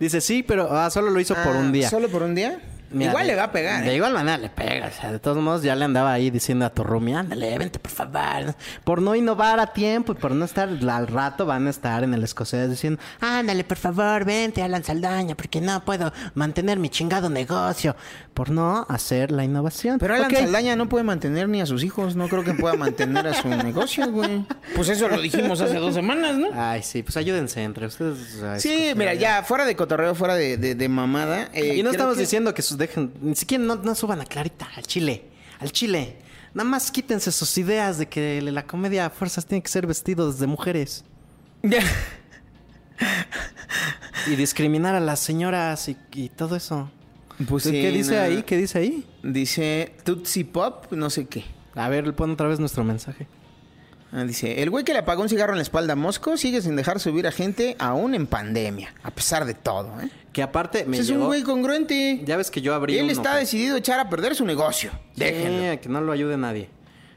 S5: Dice, sí, pero ah, solo lo hizo por
S4: Ah,
S5: un día.
S4: ¿Solo por un día?
S5: Mira,
S4: Igual
S5: de-
S4: le va a pegar.
S5: De
S4: ¿eh?
S5: igual manera le pega. O sea, de todos modos, ya le andaba ahí diciendo a tu roomie, ándale, vente, por favor. Por no innovar a tiempo y por no estar al rato, van a estar en el escocés diciendo, ándale, por favor, vente, Alan Saldaña, porque no puedo mantener mi chingado negocio. Por no hacer la innovación.
S4: Pero Alan
S5: Ok.
S4: Saldaña no puede mantener ni a sus hijos. No creo que pueda mantener a su negocio, güey. Pues eso lo dijimos hace dos semanas, ¿no?
S5: Ay, sí, pues ayúdense entre ustedes. o sea,
S4: Sí,
S5: escoger
S4: mira,
S5: ahí.
S4: Ah, ya fuera de cotorreo, fuera de, de- de mamada. eh,
S5: y
S4: creo
S5: no estamos
S4: que-
S5: diciendo que sus dejen, ni siquiera no, no suban a Clarita, al chile, al chile. Nada más quítense sus ideas de que la comedia a fuerzas tiene que ser vestidos de mujeres. y discriminar a las señoras y, y todo eso.
S4: Pues
S5: ¿Qué-
S4: sí,
S5: ¿Qué dice
S4: nada.
S5: ahí? ¿Qué dice ahí?
S4: Dice Tootsie Pop, no sé qué.
S5: A ver, le pon otra vez nuestro mensaje.
S4: Ah, dice, el güey que le apagó un cigarro en la espalda a Mosco sigue sin dejar subir a gente aún en pandemia, a pesar de todo, ¿eh?
S5: Que aparte me
S4: Ese es un
S5: llegó-
S4: güey congruente.
S5: Ya ves que yo abrí
S4: Él
S5: uno,
S4: está
S5: pero-
S4: decidido a echar a perder su negocio. Déjenlo.
S5: Sí, que no lo ayude nadie.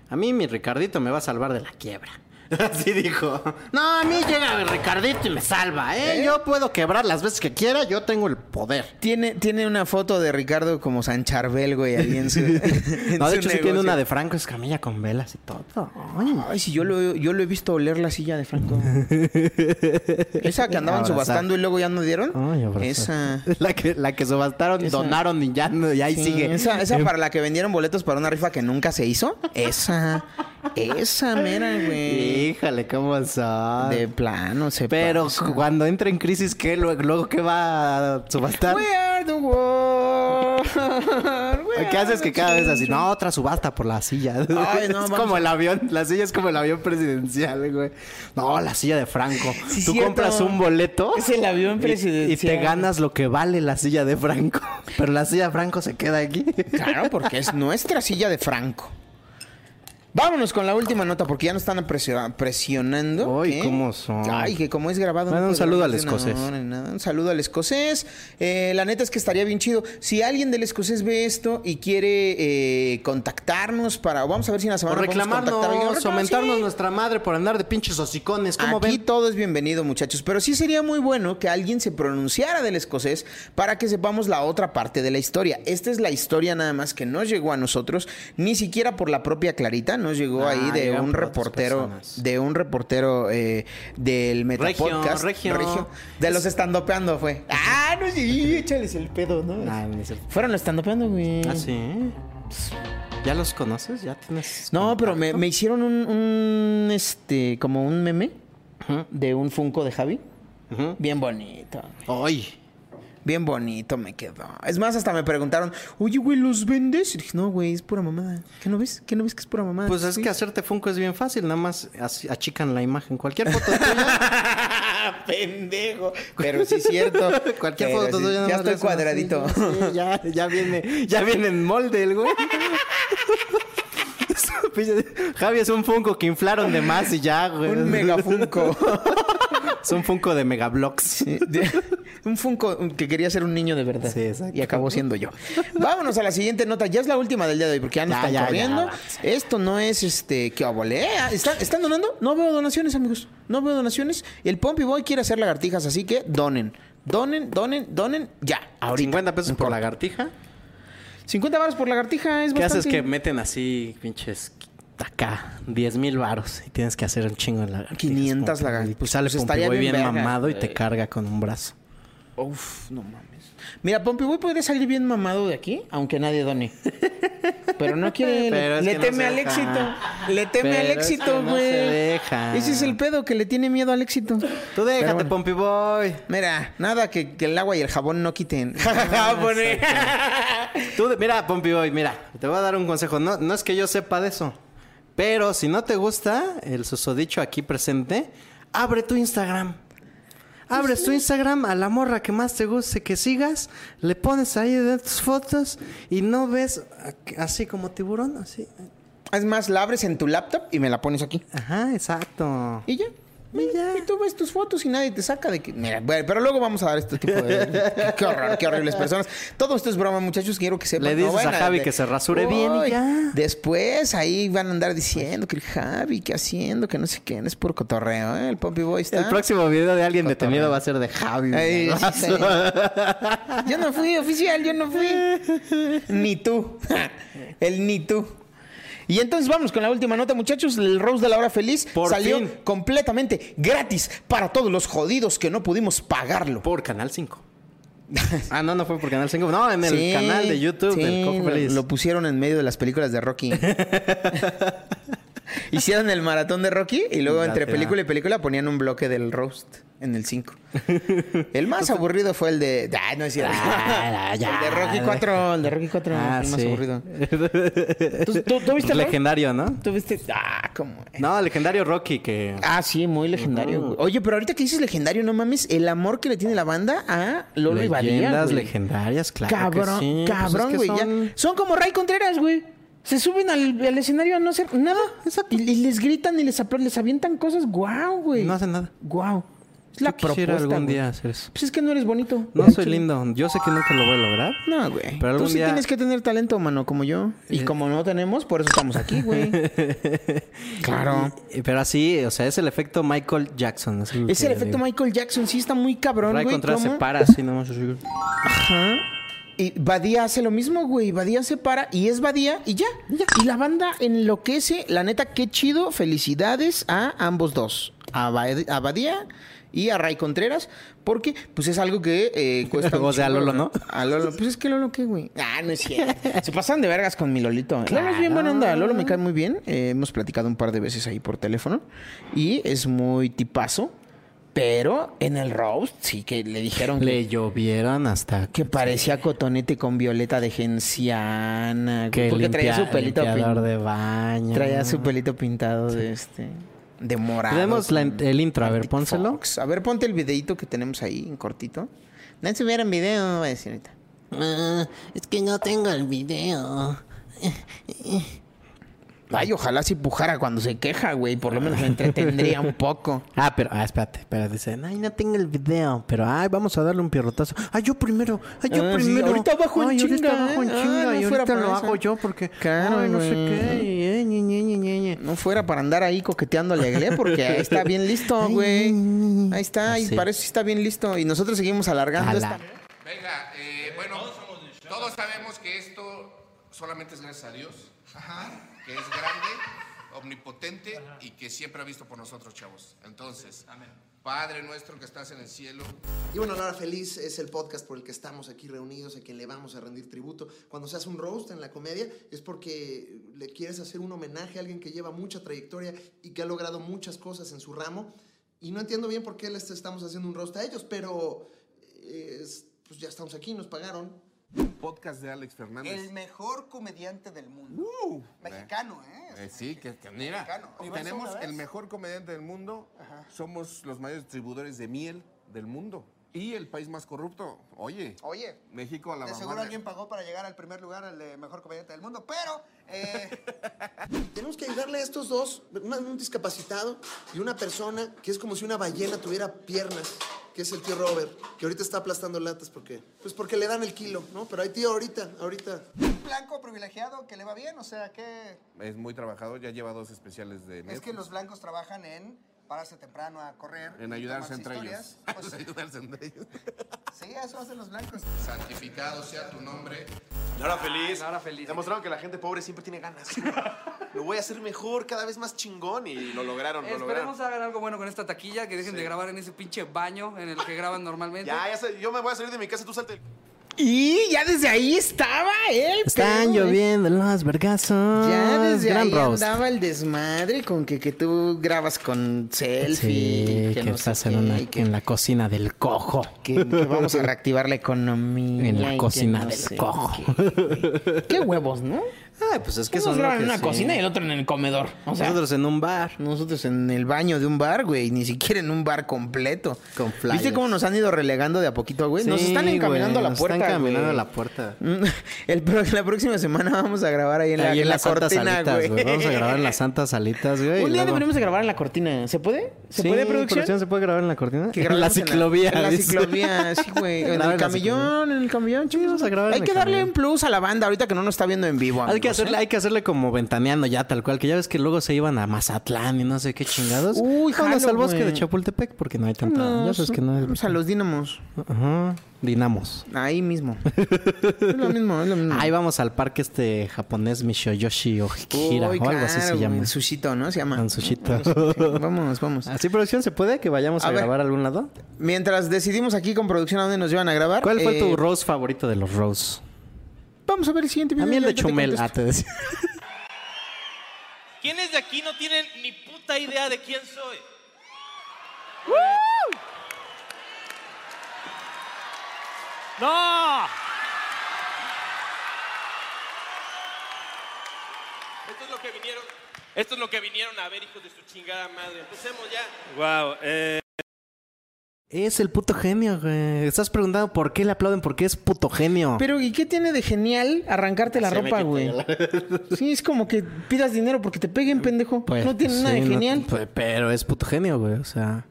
S5: A mí mi Ricardito me va a salvar de la quiebra. Así dijo. No, a mí llega mi Ricardito y me salva, ¿eh? Yo puedo quebrar las veces que quiera, yo tengo el poder.
S4: Tiene, tiene una foto de Ricardo como San Charbel, güey, ahí en su. en
S5: No, de
S4: su
S5: hecho sí tiene
S4: negocio.
S5: una de Franco Escamilla con velas y todo. Ay,
S4: si yo lo, yo lo he visto oler la silla de Franco. Esa que andaban
S5: Abrazar.
S4: subastando y luego ya no dieron.
S5: abrazar.
S4: esa.
S5: La que, la que subastaron,
S4: Esa.
S5: donaron y ya no- y ahí
S4: Sí,
S5: sigue. Em. Eh,
S4: Esa, esa para la que vendieron boletos para una rifa que nunca se hizo. Esa. Esa mera, güey.
S5: Híjale, cómo son.
S4: De plano, se
S5: Pero cuando entra en crisis, ¿qué? Luego, luego ¿qué va a subastar?
S4: We are the world. We are
S5: ¿Qué haces que
S4: the
S5: cada vez así?
S4: children.
S5: No, otra subasta por la silla.
S4: Ay, no,
S5: es
S4: vamos
S5: como
S4: a-
S5: el avión. La silla es como el avión presidencial, güey. No, la silla de Franco.
S4: Sí,
S5: Tú
S4: cierto.
S5: compras un boleto.
S4: Es el avión
S5: y-
S4: presidencial.
S5: Y te ganas lo que vale la silla de Franco. Pero la silla de Franco se queda aquí.
S4: Claro, porque es nuestra silla de Franco. Vámonos con la última nota porque ya nos están presio- presionando.
S5: Ay,
S4: ¿Qué?
S5: cómo son.
S4: Ay, que como es grabado.
S5: Bueno,
S4: no
S5: un
S4: puedo
S5: saludo
S4: grabar
S5: al
S4: de una
S5: escocés.
S4: hora ni nada. Un saludo al escocés. Eh, la neta es que estaría bien chido. Si alguien del escocés ve esto y quiere eh, contactarnos para. Vamos a ver si en la
S5: O
S4: semana. podemos contactar a alguien.
S5: reclamarnos,
S4: Reclamar, sí.
S5: aumentarnos nuestra madre por andar de pinches hocicones. ¿Cómo
S4: Aquí
S5: ven?
S4: todo es bienvenido, muchachos. Pero sí sería muy bueno que alguien se pronunciara del escocés para que sepamos la otra parte de la historia. Esta es la historia nada más que no llegó a nosotros, ni siquiera por la propia Clarita, nos llegó
S5: Ah,
S4: ahí de
S5: llegaron
S4: un
S5: por otras
S4: reportero,
S5: personas.
S4: de un reportero eh, del Metapodcast.
S5: regio.
S4: De los estandopeando fue. Ah, no sí, échales el pedo, ¿no?
S5: Ah, no es cierto.
S4: Fueron los estandopeando, güey.
S5: Ah, sí. ¿Ya los conoces? ¿Ya tienes
S4: No, pero me, me hicieron un, un, este, como un meme de un Funko de Javi. Bien bonito.
S5: Ay.
S4: Bien bonito me quedó. Es más, hasta me preguntaron, oye, güey, ¿los vendes? Y dije, no, güey, es pura mamada. ¿Qué no ves? ¿Qué no ves que es pura mamada?
S5: Pues es
S4: Ah, Sí.
S5: que hacerte Funko es bien fácil, nada más así achican la imagen. Cualquier foto tuya.
S4: Pendejo. Pero sí es cierto.
S5: Cualquier
S4: Pero
S5: foto
S4: sí,
S5: tuya. nada
S4: Ya
S5: más le
S4: estoy
S5: hacen así,
S4: cuadradito.
S5: sí, ya, ya viene, ya viene en molde el güey. Javi es un Funko que inflaron de más y ya, güey.
S4: Un mega Funko.
S5: Es un Funko de Megablocks.
S4: un Funko que quería ser un niño de verdad.
S5: Sí, exacto.
S4: Y acabó siendo yo. Vámonos a la siguiente nota. Ya es la última del día de hoy, porque ya nos
S5: Ya,
S4: están
S5: ya, ya,
S4: corriendo.
S5: avance.
S4: Esto no es este. ¿Qué obolé? ¿Están, ¿Están donando? No veo donaciones, amigos. No veo donaciones. El Pompey Boy quiere hacer lagartijas, así que donen. Donen, donen, donen, ya. Ahorita.
S5: 50 pesos
S4: No
S5: por
S4: importa.
S5: lagartija.
S4: 50 baros por lagartija es
S5: ¿Qué haces
S4: bastante.
S5: que meten así, pinches, acá, 10 mil varos y tienes que hacer un chingo de lagartijas?
S4: 500
S5: Pum, pum,
S4: lagartijas.
S5: y Sale
S4: Pues
S5: Pompiboy
S4: estaría bien
S5: bien, Eh.
S4: verga.
S5: mamado y te carga con un brazo.
S4: Uf, no mames. Mira, Pompey Boy podría salir bien mamado de aquí, aunque nadie done. Pero no quiere.
S5: Pero es
S4: le
S5: que no
S4: teme
S5: se
S4: al
S5: deja.
S4: éxito. Le teme
S5: Pero
S4: al
S5: es que
S4: éxito,
S5: no
S4: güey.
S5: se deja.
S4: Ese es el pedo que le tiene miedo al éxito.
S5: Tú déjate,
S4: bueno.
S5: Pompey Boy.
S4: Mira, nada que, que el agua y el jabón no quiten. Ja, ja,
S5: Ah,
S4: ja, pone.
S5: Tú, de- mira, Pompey Boy, mira, te voy a dar un consejo. No, no es que yo sepa de eso, pero si no te gusta el susodicho aquí presente, abre tu Instagram. Abres tu Instagram a la morra que más te guste que sigas, le pones ahí de tus fotos y no ves a- así como tiburón, así.
S4: Es más, la abres en tu laptop y me la pones aquí.
S5: Ajá, exacto.
S4: Y ya. Y tú ves tus fotos y nadie te saca de que. Mira, bueno, pero luego vamos a dar este tipo de. qué, qué horror, qué horribles personas. Todo esto es broma, muchachos. Quiero que sepan.
S5: Le dices a Javi que se rasure bien y
S4: ya. Después ahí van a andar diciendo que el Javi, que haciendo, que no sé qué. Es puro cotorreo, ¿eh? El Pompey Boy está.
S5: El próximo video de alguien detenido va a ser de Javi.
S4: Ay, sí,
S5: me raso.
S4: sí. Yo no fui oficial, yo no fui. Ni tú. El ni tú. Y entonces vamos con la última nota, muchachos. El Rose de la Hora Feliz salió
S5: fin.
S4: completamente gratis para todos los jodidos que no pudimos pagarlo.
S5: Por Canal 5. ah, no, no fue por Canal 5. No, en el canal de YouTube del Coco Feliz.
S4: Lo, lo pusieron en medio de las películas de Rocky. Hicieron el maratón de Rocky y luego
S5: Ya
S4: entre
S5: te
S4: película y película ponían un bloque del roast en el 5. El más aburrido fue el de. Ah, no es cierto.
S5: Ah, ya,
S4: El de Rocky
S5: ya.
S4: 4. El de Rocky 4
S5: Ah,
S4: el más
S5: sí.
S4: aburrido. ¿Tú, tú- tú viste el Rocky?
S5: Legendario, ¿no?
S4: ¿Tú viste? Ah, cómo.
S5: No, legendario Rocky que...
S4: Ah, sí, muy legendario. güey. Oye, pero ahorita que dices legendario, no mames, el amor que le tiene la banda a Lolo y Badía.
S5: Leyendas
S4: güey.
S5: legendarias, claro
S4: Cabrón,
S5: que sí.
S4: cabrón,
S5: Pues es
S4: güey.
S5: que
S4: ya.
S5: son-
S4: Son... como Ray Contreras, güey. Se suben al, al escenario a no hacer nada. Y, y les gritan y les apla- les avientan cosas. ¡Guau, güey! No hacen
S5: nada.
S4: ¡Guau! Es la
S5: Yo quisiera
S4: propuesta,
S5: algún
S4: güey.
S5: día hacer eso.
S4: Pues es que no eres bonito.
S5: No soy lindo. Yo sé que nunca lo voy a lograr.
S4: No, güey.
S5: Pero algún
S4: Tú sí
S5: día... Eh.
S4: tienes que tener talento, mano, como yo. Y como no tenemos, por eso estamos aquí, güey. claro.
S5: Pero así, o sea, es el efecto Michael Jackson. Es el,
S4: es
S5: que
S4: el
S5: le
S4: efecto
S5: digo.
S4: Michael Jackson. Sí está muy cabrón,
S5: Ray
S4: güey.
S5: Contreras se
S4: ¿cómo?
S5: para así nomás. así.
S4: Ajá. Y Badía hace lo mismo, güey. Badía se para y es Badía y ya, y ya. Y la banda enloquece. La neta, qué chido. Felicidades a ambos dos. A, Ba- a Badía y a Ray Contreras. Porque, pues, es algo que eh, cuesta...
S5: O sea, a
S4: mucho,
S5: Lolo, ¿no?
S4: A Lolo. Pues es que Lolo, ¿qué, güey? Ah, no es cierto. se pasan de vergas con mi Lolito. ¿eh? Lolo es bien buena onda. Lolo me cae muy bien. Eh, hemos platicado un par de veces ahí por teléfono. Y es muy tipazo. Pero en el roast sí que le dijeron que...
S5: Le llovieron hasta...
S4: Que parecía cotonete con violeta de genciana. güey,
S5: Que
S4: porque traía
S5: limpia-
S4: su pelito
S5: limpiador
S4: pin-
S5: de baño.
S4: Traía su pelito pintado de este. De morado.
S5: Tenemos la-
S4: con
S5: el intro, a ver,
S4: Arctic
S5: pónselo.
S4: Fox. A ver, ponte el videito que tenemos ahí en cortito. No se viera en video, voy a decir ahorita.
S5: Ah,
S15: Ah, es que no tengo el video.
S4: Ay, ojalá si pujara cuando se queja, güey. Por lo menos me entretendría un poco.
S5: Ah, pero, ah, espérate, espérate. Dicen, ay, no tengo el video, pero ay, vamos a darle un pierrotazo. Ay, yo primero, ay, yo
S4: Ah, sí,
S5: primero.
S4: ahorita bajo en
S5: Ay,
S4: chinga,
S5: Ahorita bajo en
S4: ¿eh?
S5: chinga
S4: Ah, no
S5: y
S4: fuera
S5: ahorita
S4: por
S5: lo
S4: eso.
S5: hago yo porque.
S4: Claro,
S5: ay, no sé
S4: güey.
S5: qué. y, eh, ñe, ñe, ñe, ñe, ñe.
S4: No fuera para andar ahí coqueteando a la iglesia porque ahí está bien listo, güey. Ahí está, y
S5: Así.
S4: para eso está bien listo. Y nosotros seguimos alargando
S5: Ala.
S4: esta.
S16: Venga, eh, bueno, todos sabemos que esto solamente es gracias a Dios, que es grande, omnipotente y que siempre ha visto por nosotros, chavos. Entonces, Padre nuestro que estás en el cielo.
S17: Y bueno, La Hora Feliz es el podcast por el que estamos aquí reunidos, a quien le vamos a rendir tributo. Cuando se hace un roast en la comedia es porque le quieres hacer un homenaje a alguien que lleva mucha trayectoria y que ha logrado muchas cosas en su ramo. Y no entiendo bien por qué les estamos haciendo un roast a ellos, pero eh, es- pues ya estamos aquí, nos pagaron.
S16: Podcast de Alex Fernández. Uh,
S18: El mejor comediante del mundo. Mexicano, ¿eh?
S16: Eh, sí, que, que mira,
S18: Mexicano. ¿Cómo es
S16: tenemos
S18: una vez?
S16: el mejor comediante del mundo, somos los mayores distribuidores de miel del mundo y el país más corrupto. Oye,
S18: Oye,
S16: México a la
S18: de seguro
S16: vanguardia.
S18: alguien pagó para llegar al primer lugar, al de mejor comediante del mundo, pero eh,
S17: Tenemos que ayudarle a estos dos, una- un discapacitado y una persona que es como si una ballena tuviera piernas, que es el tío Robert, que ahorita está aplastando latas porque, pues porque le dan el kilo, ¿no? Pero hay tío ahorita, ahorita.
S18: un blanco privilegiado que le va bien, o sea que
S16: Es muy trabajador, ya lleva dos especiales de
S18: es
S16: Netflix.
S18: que los blancos trabajan en pararse temprano a correr.
S16: En
S18: y
S16: ayudarse
S18: tomarse
S16: entre ellos.
S18: historias. Pues,
S16: En pues, ayudarse entre ellos.
S18: Sí, eso hacen los blancos.
S16: Santificado sea tu nombre.
S19: Lara feliz. Demostraron que la gente pobre siempre tiene ganas. lo voy a hacer mejor, cada vez más chingón. Y lo lograron, lo lograron.
S20: Esperemos hagan algo bueno con esta taquilla, que dejen de grabar en ese pinche baño en el que graban normalmente.
S19: Ya, ya sé, yo me voy a salir de mi casa, tú salte.
S4: Y ya desde ahí estaba ¿eh? él.
S5: Están lloviendo los vergazos.
S4: Ya desde
S5: Ah, Gran
S4: ahí
S5: roast.
S4: andaba el desmadre con que, que tú grabas con selfie.
S5: Sí, que,
S4: no sé
S5: estás en, una- en la cocina del cojo.
S4: Que, que vamos a reactivar la economía.
S5: En
S4: y
S5: la
S4: que
S5: cocina
S4: no
S5: del
S4: sé
S5: cojo.
S4: Qué huevos, ¿no?
S5: Ah, pues es que
S4: Unos
S5: son lo
S4: graban en
S5: que
S4: una
S5: sí.
S4: cocina y el otro en el comedor. O sea,
S5: Nosotros en un bar.
S4: Nosotros en el baño de un bar, güey. Ni siquiera en un bar completo. Con ¿Viste
S5: flyers.
S4: cómo nos han ido relegando de a poquito, güey? nos
S5: Sí,
S4: están encaminando
S5: güey,
S4: a la
S5: nos
S4: puerta.
S5: Están encaminando
S4: güey. Mm,
S5: a la puerta.
S4: El pro- la próxima semana vamos a grabar ahí en la,
S5: Ahí
S4: en la
S5: las santas
S4: cortina,
S5: alitas,
S4: güey.
S5: güey. Vamos a grabar en las santas alitas, güey.
S4: Un
S5: y
S4: día
S5: luego-
S4: deberíamos de grabar en la cortina. ¿Se puede? ¿Se
S5: Sí,
S4: puede, producción?
S5: ¿Se puede grabar en la cortina?
S4: Que
S5: En la
S4: grabemos
S5: ciclovía.
S4: En la,
S5: dice.
S4: ciclovía, sí, güey. En
S5: Grabar
S4: el
S5: en la
S4: camellón, en el camellón, chicos. vamos a
S5: en
S4: grabar. Hay
S5: el
S4: que darle
S5: camellón.
S4: un plus a la banda ahorita que no nos está viendo en vivo.
S5: Hay que,
S4: amigos,
S5: hacerle,
S4: ¿eh?
S5: hay que hacerle como ventaneando ya, tal cual. Que ya ves que luego se iban a Mazatlán y no sé qué chingados.
S4: Uy,
S5: Vámonos
S4: jalo,
S5: al bosque
S4: güey.
S5: de Chapultepec porque no hay tanta... ya
S4: Nos-
S5: sabes que no hay...
S4: Vamos ¿eh? a los dínamos.
S5: Ajá. Dinamos.
S4: Ahí mismo. es lo mismo, es lo mismo.
S5: Ahí vamos al parque este japonés Mishoyoshi Ojikira
S4: Uy,
S5: o algo así se
S4: claro,
S5: llama.
S4: güey, Sushito, ¿no? Se llama.
S5: Un sushito. Ah.
S4: Vamos, vamos.
S5: ¿Así producción se puede que vayamos a,
S4: A ver.
S5: grabar a algún lado?
S4: Mientras decidimos aquí con producción a dónde nos llevan a grabar.
S5: ¿Cuál fue
S4: eh,
S5: tu rose favorito de los rose?
S4: Vamos a ver el siguiente video.
S5: A mí el
S4: ya
S5: de
S4: te
S5: Chumel.
S4: contesto.
S5: Ah, te decía.
S21: ¿Quiénes de aquí no tienen ni puta idea de quién soy?
S22: ¡No!
S21: Esto es lo que vinieron, esto es lo que vinieron a ver, hijos de su chingada madre. Empecemos ya.
S22: Wow, eh,
S5: Es el puto genio, güey. Estás preguntando por qué le aplauden porque es puto genio.
S4: Pero, ¿y qué tiene de genial arrancarte la
S5: Ah, Se me
S4: ropa,
S5: quitó
S4: güey? Sí, es como que pidas dinero porque te peguen, pendejo.
S5: Pues,
S4: no tiene
S5: sí,
S4: nada de
S5: no-
S4: genial.
S5: pe- pero es puto genio, güey. O sea,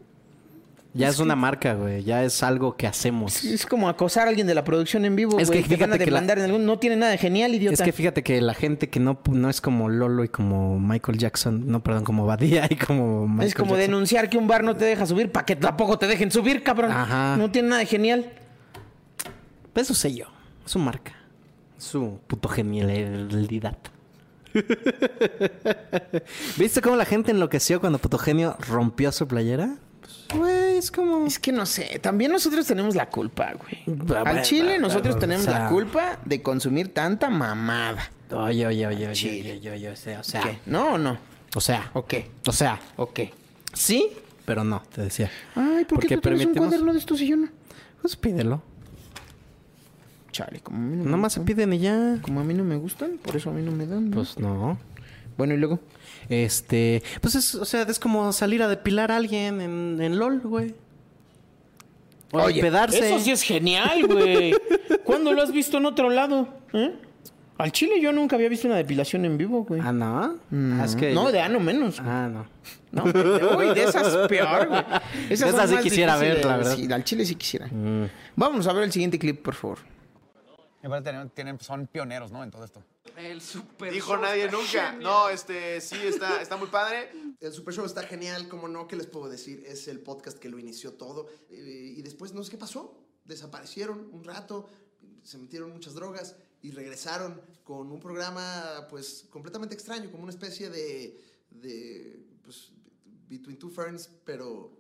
S5: ya es,
S4: Es
S5: una
S4: que-
S5: marca, güey. Ya es algo que hacemos.
S4: Es como acosar a alguien de la producción en vivo,
S5: Es
S4: güey.
S5: que
S4: Te van a
S5: fíjate que la-
S4: demandar en algún... No tiene nada de genial,
S5: Es
S4: idiota.
S5: que fíjate que la gente que no, no es como Lolo y como Michael Jackson, no, perdón, como Badía y como Michael
S4: es como
S5: Jackson.
S4: denunciar que un bar no te deja subir para que tampoco te dejen subir, cabrón.
S5: Ajá.
S4: No tiene nada de genial.
S5: Pues su sello, su marca, su puto genialidad. ¿Viste cómo la gente enloqueció cuando Puto Genio rompió su playera? Pues,
S4: Güey, es como... Es que no sé. También nosotros tenemos la culpa, güey. Al
S5: Ah, bueno,
S4: Chile
S5: pero-
S4: nosotros
S5: pero,
S4: tenemos
S5: o sea-
S4: la culpa de consumir tanta mamada.
S5: Oye, oye, oye, oye, oye, oye, o sea, o sea.
S4: Ah, ¿Qué? ¿No o no?
S5: O sea.
S4: ¿O qué?
S5: O sea.
S4: ¿O qué?
S5: Sí, pero no, te decía.
S4: Ay, ¿por qué
S5: Porque
S4: tú tienes un
S5: permitimos-
S4: cuaderno de estos y yo no?
S5: Pues pídelo.
S4: Chale, como a mí no me
S5: Nomás se piden y ya.
S4: Como a mí no me gustan, por eso a mí no me dan. ¿no?
S5: Pues no.
S4: Bueno, ¿y luego?
S5: Este. Pues es, o sea, es como salir a depilar a alguien en, en LOL, güey. O a pedarse.
S4: Eso sí es genial, güey. ¿Cuándo lo has visto en otro lado? ¿Eh? Al Chile yo nunca había visto una depilación en vivo, güey.
S5: Ah, no.
S4: No,
S5: Ah, es que-
S4: no de ano menos.
S5: Ah, no.
S4: No, uy, de esas peor, güey.
S5: De
S4: son
S5: esas sí
S4: más
S5: quisiera ver,
S4: difíciles.
S5: la verdad. Mm.
S4: Sí, al Chile sí quisiera. Vamos a ver el siguiente clip, por favor.
S23: Y aparte tienen- tienen- son pioneros, ¿no? En todo esto.
S20: El super
S7: Dijo
S20: show
S7: nadie
S20: está
S7: nunca.
S20: genial.
S7: No, este, sí, está, está muy padre.
S17: El Super Show está genial, como no, ¿qué les puedo decir? Es el podcast que lo inició todo. eh, y después, no sé qué pasó. Desaparecieron un rato, se metieron muchas drogas y regresaron con un programa, pues, completamente extraño, como una especie de. de pues, Between Two Ferns, pero.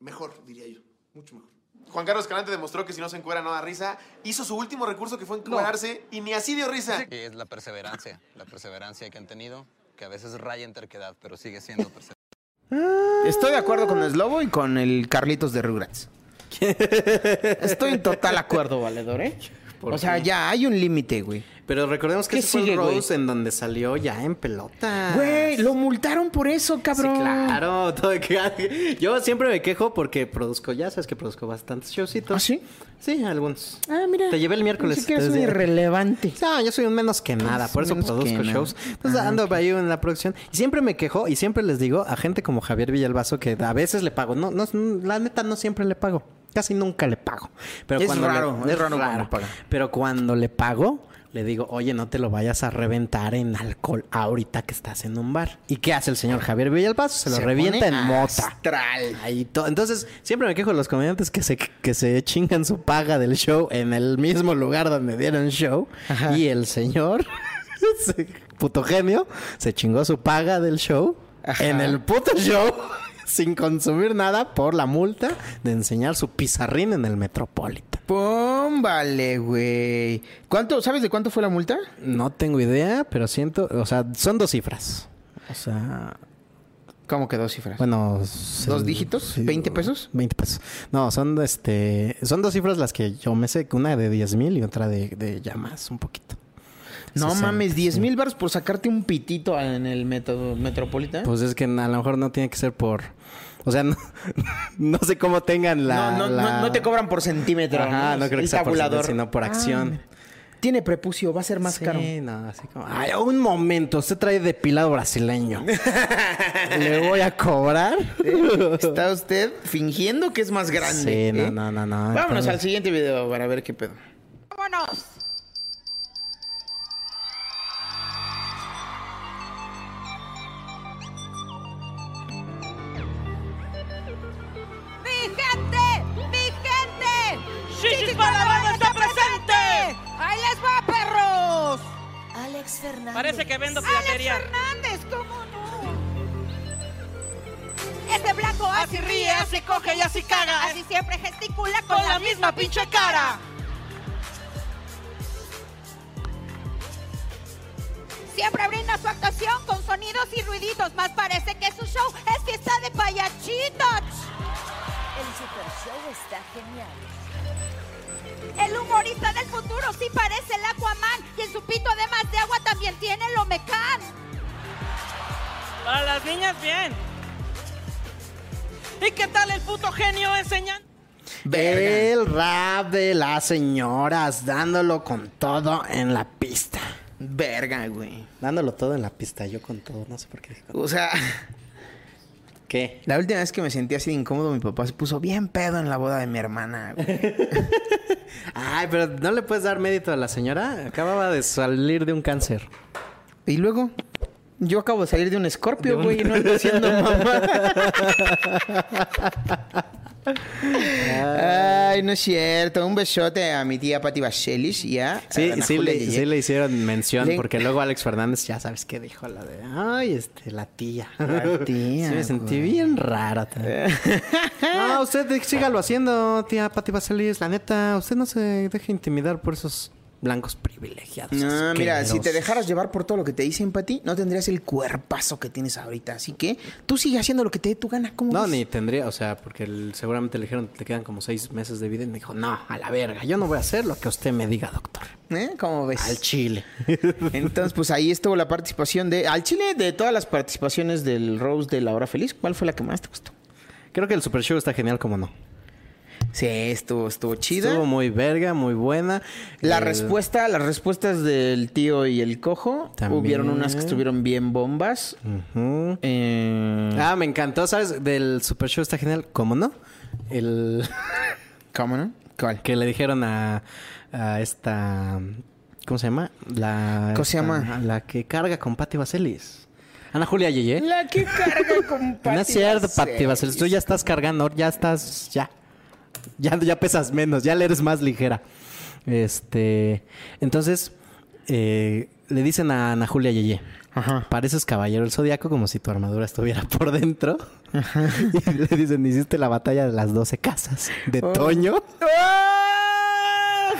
S17: mejor, diría yo. Mucho mejor.
S7: Juan Carlos Escalante demostró que si no se encuera no da risa. Hizo su último recurso que fue encuerarse y ni así dio risa.
S24: Y es la perseverancia, la perseverancia que han tenido, que a veces raya en terquedad, pero sigue siendo perseverancia.
S4: Estoy de acuerdo con el Slobo y con el Carlitos de Rugrats. Estoy en total acuerdo, valedor, ¿eh? O
S5: ¿Por
S4: sea,
S5: qué?
S4: ya hay un límite, güey.
S5: Pero recordemos que
S4: ¿Qué
S5: ese fue
S4: sigue,
S5: el
S4: güey?
S5: Rose en donde salió ya en pelota.
S4: Güey, lo multaron por eso, cabrón.
S5: Ah. Sí, claro. todo que- Yo siempre me quejo porque produzco, ya sabes que produzco bastantes showcitos. ¿Ah, sí? Sí, algunos.
S4: Ah, mira.
S5: Te llevé el miércoles.
S4: Pensé que eres
S5: te
S4: un
S5: decía.
S4: irrelevante.
S5: No, yo soy un menos que nada, por eso
S4: Pues menos que
S5: produzco
S4: nada. Ah,
S5: shows. Entonces ando ahí en la producción. Y siempre me quejo y siempre les digo a gente como Javier Villalbazo que a veces le pago. No, no, la neta no siempre le pago. Casi nunca le pago. Pero
S4: Es
S5: cuando le-
S4: raro, es raro cuando paga.
S5: Pero cuando le pago, le digo, oye, no te lo vayas a reventar en alcohol ahorita que estás en un bar. ¿Y qué hace el señor Javier Villalbazo? Se lo
S4: Se
S5: revienta
S4: pone
S5: en mota.
S4: Astral.
S5: Ahí to- Entonces, siempre me quejo de los comediantes que se, que se chingan su paga del show en el mismo lugar donde dieron show. Y el señor, ese puto genio, se chingó su paga del show en el puto show sin consumir nada por la multa de enseñar su pizarrín en el Metropolitan.
S4: Pómbale, güey. ¿Cuánto, sabes de cuánto fue la multa?
S5: No tengo idea, pero siento, o sea, son dos cifras. O sea,
S4: ¿Cómo que dos cifras?
S5: Bueno,
S4: ¿Dos dígitos? ¿20 pesos?
S5: 20 pesos. No, son este son dos cifras las que yo me sé, una de 10 mil y otra de, de ya más, un poquito.
S4: No
S5: 60,
S4: mames, 10 mil baros por sacarte un pitito en el metro, Metropolitano.
S5: Pues es que a lo mejor no tiene que ser por. O sea, no, no sé cómo tengan la.
S4: no, no, no-
S5: la-
S4: no te cobran por centímetro.
S5: Ajá, no creo que
S4: El
S5: sea por
S4: tabulador.
S5: centímetro, sino por
S4: Ah,
S5: acción.
S4: tiene prepucio, va a ser más
S5: Sí,
S4: caro.
S5: no, así como. Ay, un momento, usted trae depilado brasileño. ¿Le voy a cobrar?
S4: Está usted fingiendo que es más grande.
S5: Sí, no,
S4: ¿eh?
S5: no, no, no.
S4: Vámonos
S5: Entonces-
S4: al siguiente video para ver qué pedo.
S25: ¡Vámonos! ¡Vigente! ¡Vigente! ¡Chichis por la banda está presente! ¡Ahí les va, perros! Alex Fernández.
S1: Parece que vendo piratería.
S25: ¡Alex Fernández! ¿Cómo no? Este blanco así, ríe, así coge y así caga. Así siempre gesticula con, la misma pinche cara. Siempre brinda su actuación con sonidos y ruiditos, más parece que su show es fiesta de payachitos.
S2: El Super Show está genial.
S25: El humorista del futuro sí parece el Aquaman y en su pito además de agua también tiene el Omecán.
S1: Para las niñas, bien. ¿Y qué tal el puto genio enseñando?
S5: El rap de las señoras, dándolo con todo en la pista.
S4: Verga, güey.
S5: Dándolo todo en la pista, yo con todo, no sé por qué.
S4: O sea.
S5: ¿Qué?
S4: La última vez que me sentí así de incómodo, mi papá se puso bien pedo en la boda de mi hermana. güey.
S5: Ay, pero ¿no le puedes dar mérito a la señora? Acababa de salir de un cáncer.
S4: Y luego, yo acabo de salir de un escorpio,
S5: De un-
S4: güey, y no ando siendo mamá.
S5: Ah.
S4: Ay, no es cierto. Un besote a mi tía Patti Bachelis y a.
S5: Sí,
S4: a Ana
S5: sí,
S4: Julia
S5: le,
S4: Yeye.
S5: sí le hicieron mención,
S4: Le-
S5: porque luego Alex Fernández ya sabes qué dijo la de. Ay, este, la tía.
S4: La tía,
S5: Sí, me sentí bien rara. también. no, usted de- sígalo haciendo, tía Pati Baselis. La neta, usted no se deje intimidar por esos blancos privilegiados.
S4: No, mira, si te
S5: asquerosos.
S4: dejaras llevar por todo lo que te dicen, Pati, no tendrías el cuerpazo que tienes ahorita. Así que tú sigue haciendo lo que te dé tu gana. ¿Cómo
S5: No,
S4: ves?
S5: ni tendría, o sea, porque el- seguramente le dijeron, te quedan como seis meses de vida. Y me dijo, no, a la verga, yo no voy a hacer lo que usted me diga, doctor.
S4: ¿Eh? ¿Cómo ves?
S5: Al chile.
S4: Entonces, pues ahí estuvo la participación de. Al Chile, de todas las participaciones del Rose de la Hora Feliz, ¿cuál fue la que más te gustó?
S5: Creo que el Super Show está genial, como no.
S4: Sí, estuvo, estuvo chida.
S5: Estuvo muy verga, muy buena.
S4: La
S5: El-
S4: respuesta, las respuestas del tío y el cojo.
S5: También.
S4: Hubieron unas que estuvieron bien bombas. Eh,
S5: Ah, me encantó, ¿sabes? Del Super Show está genial. ¿Cómo no? El...
S4: ¿Cómo no? ¿Cuál?
S5: Que le dijeron a, a esta... ¿Cómo se llama? La...
S4: ¿Cómo se
S5: esta-
S4: llama?
S5: La que carga con Patti Vaselis. Ana Julia Yeye.
S4: La que carga con
S5: No es cierto, Patti
S4: Pati
S5: Vaselis. Tú ya estás cargando, ya estás... Ya. Ya, ya pesas menos, ya le eres más ligera. Este... Entonces, eh, le dicen a Ana Julia Yeye. Pareces caballero del zodiaco como si tu armadura estuviera por dentro. Y le dicen, hiciste la batalla de las 12 casas de
S4: Oh.
S5: Toño.
S4: ¡Ah!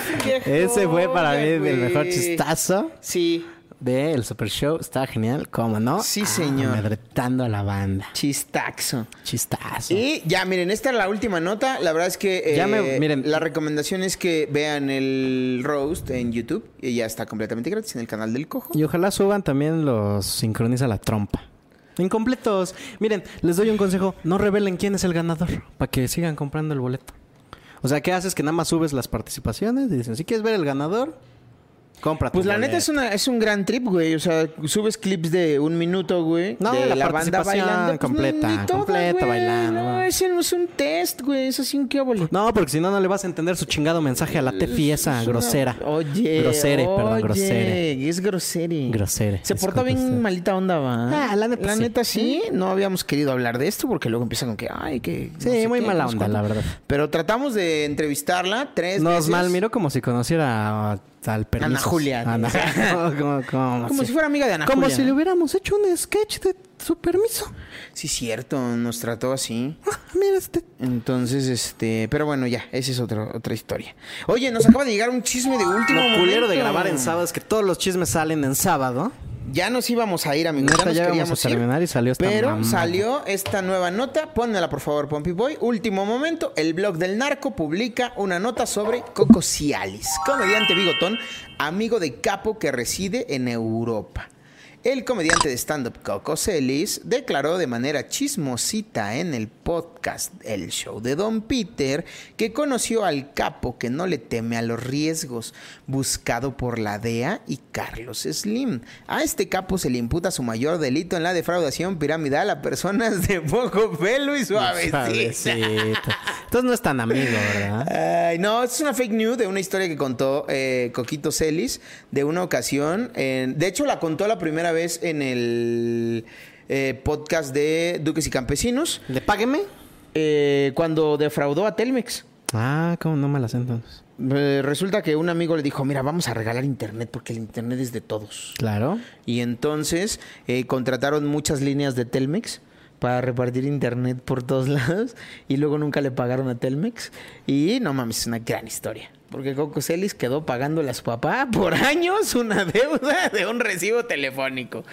S5: Ese fue
S4: Oh,
S5: para mí el mejor chistazo.
S4: Sí.
S5: De el Super Show. Estaba genial, ¿cómo no?
S4: Sí, señor.
S5: Amedretando a la banda.
S4: Chistaxo.
S5: Chistazo.
S4: Y ya, miren, esta es la última nota. La verdad es que
S5: Ya
S4: eh,
S5: me- miren.
S4: la recomendación es que vean el roast en YouTube. Y ya está completamente gratis en el canal del cojo.
S5: Y ojalá suban también los sincroniza la trompa. Incompletos. Miren, les doy un consejo. No revelen quién es el ganador para que sigan comprando el boleto. O sea, ¿qué haces? Que nada más subes las participaciones y dicen, si quieres ver el ganador, compra tu
S4: Pues la neta
S5: boleto".
S4: es, una, es un gran trip, güey. O sea, subes clips de un minuto, güey.
S5: No,
S4: de
S5: la participación
S4: pues,
S5: completa, completa
S4: güey,
S5: bailando.
S4: No, ese no es un test, güey. Eso sí, qué boludo.
S5: No, porque si no, no le vas a entender su chingado mensaje a la tefi esa
S4: Es una-
S5: grosera.
S4: Oye.
S5: Grosere,
S4: oye,
S5: perdón, grosere.
S4: Es grosere.
S5: Grosere.
S4: Se
S5: es
S4: portó bien
S5: grosere.
S4: malita onda, va.
S5: Ah, la neta
S4: sí.
S5: sí.
S4: No habíamos querido hablar de esto porque luego empiezan con que, ay, que. no
S5: Sí,
S4: sé
S5: muy
S4: qué,
S5: mala
S4: no sé
S5: onda, la
S4: cuánto.
S5: verdad.
S4: Pero tratamos de entrevistarla tres
S5: Nos
S4: veces.
S5: mal miró como si conociera a tal permiso.
S4: Ana Julia.
S5: Ana- como, como-
S4: Como
S5: sí.
S4: si fuera amiga de Ana
S5: Como
S4: Julia.
S5: si le hubiéramos hecho un sketch de su permiso.
S4: Sí, cierto, nos trató así.
S5: Mira este.
S4: Entonces, este, pero bueno, ya, esa es otra otra historia. Oye, nos acaba de llegar un chisme de último
S5: Lo culero de
S4: momento.
S5: grabar en sábado es que todos los chismes salen en sábado.
S4: Ya nos íbamos a ir, amigos.
S5: Neta,
S4: nos
S5: ya íbamos
S4: queríamos
S5: a terminar y salió esta
S4: Pero
S5: mamada.
S4: salió esta nueva nota. Pónmela, por favor, Pompey Boy. Último momento. El blog del narco publica una nota sobre Coco Cialis, comediante bigotón, amigo de Capo que reside en Europa. El comediante de stand-up Coco Celis declaró de manera chismosita en el podcast El Show de Don Peter que conoció al capo que no le teme a los riesgos, buscado por la DEA y Carlos Slim. A este capo se le imputa su mayor delito en la defraudación piramidal a personas de poco pelo y suavecita.
S5: Suavecita. Entonces no es tan amigo, ¿verdad?
S4: Ay, no, es una fake news de una historia que contó eh, Coquito Celis de una ocasión. en- de hecho, la contó la primera vez en el eh, podcast de Duques y Campesinos. Eh,
S5: ¿De Págueme?
S4: cuando defraudó a Telmex.
S5: Ah, ¿cómo no me la sé entonces?
S4: Eh, resulta que un amigo le dijo, mira, vamos a regalar internet porque el internet es de todos.
S5: Claro.
S4: Y entonces eh, contrataron muchas líneas de Telmex para repartir internet por todos lados y luego nunca le pagaron a Telmex. Y no mames, es una gran historia. Porque Coco Celis quedó pagándole a su papá por años una deuda de un recibo telefónico.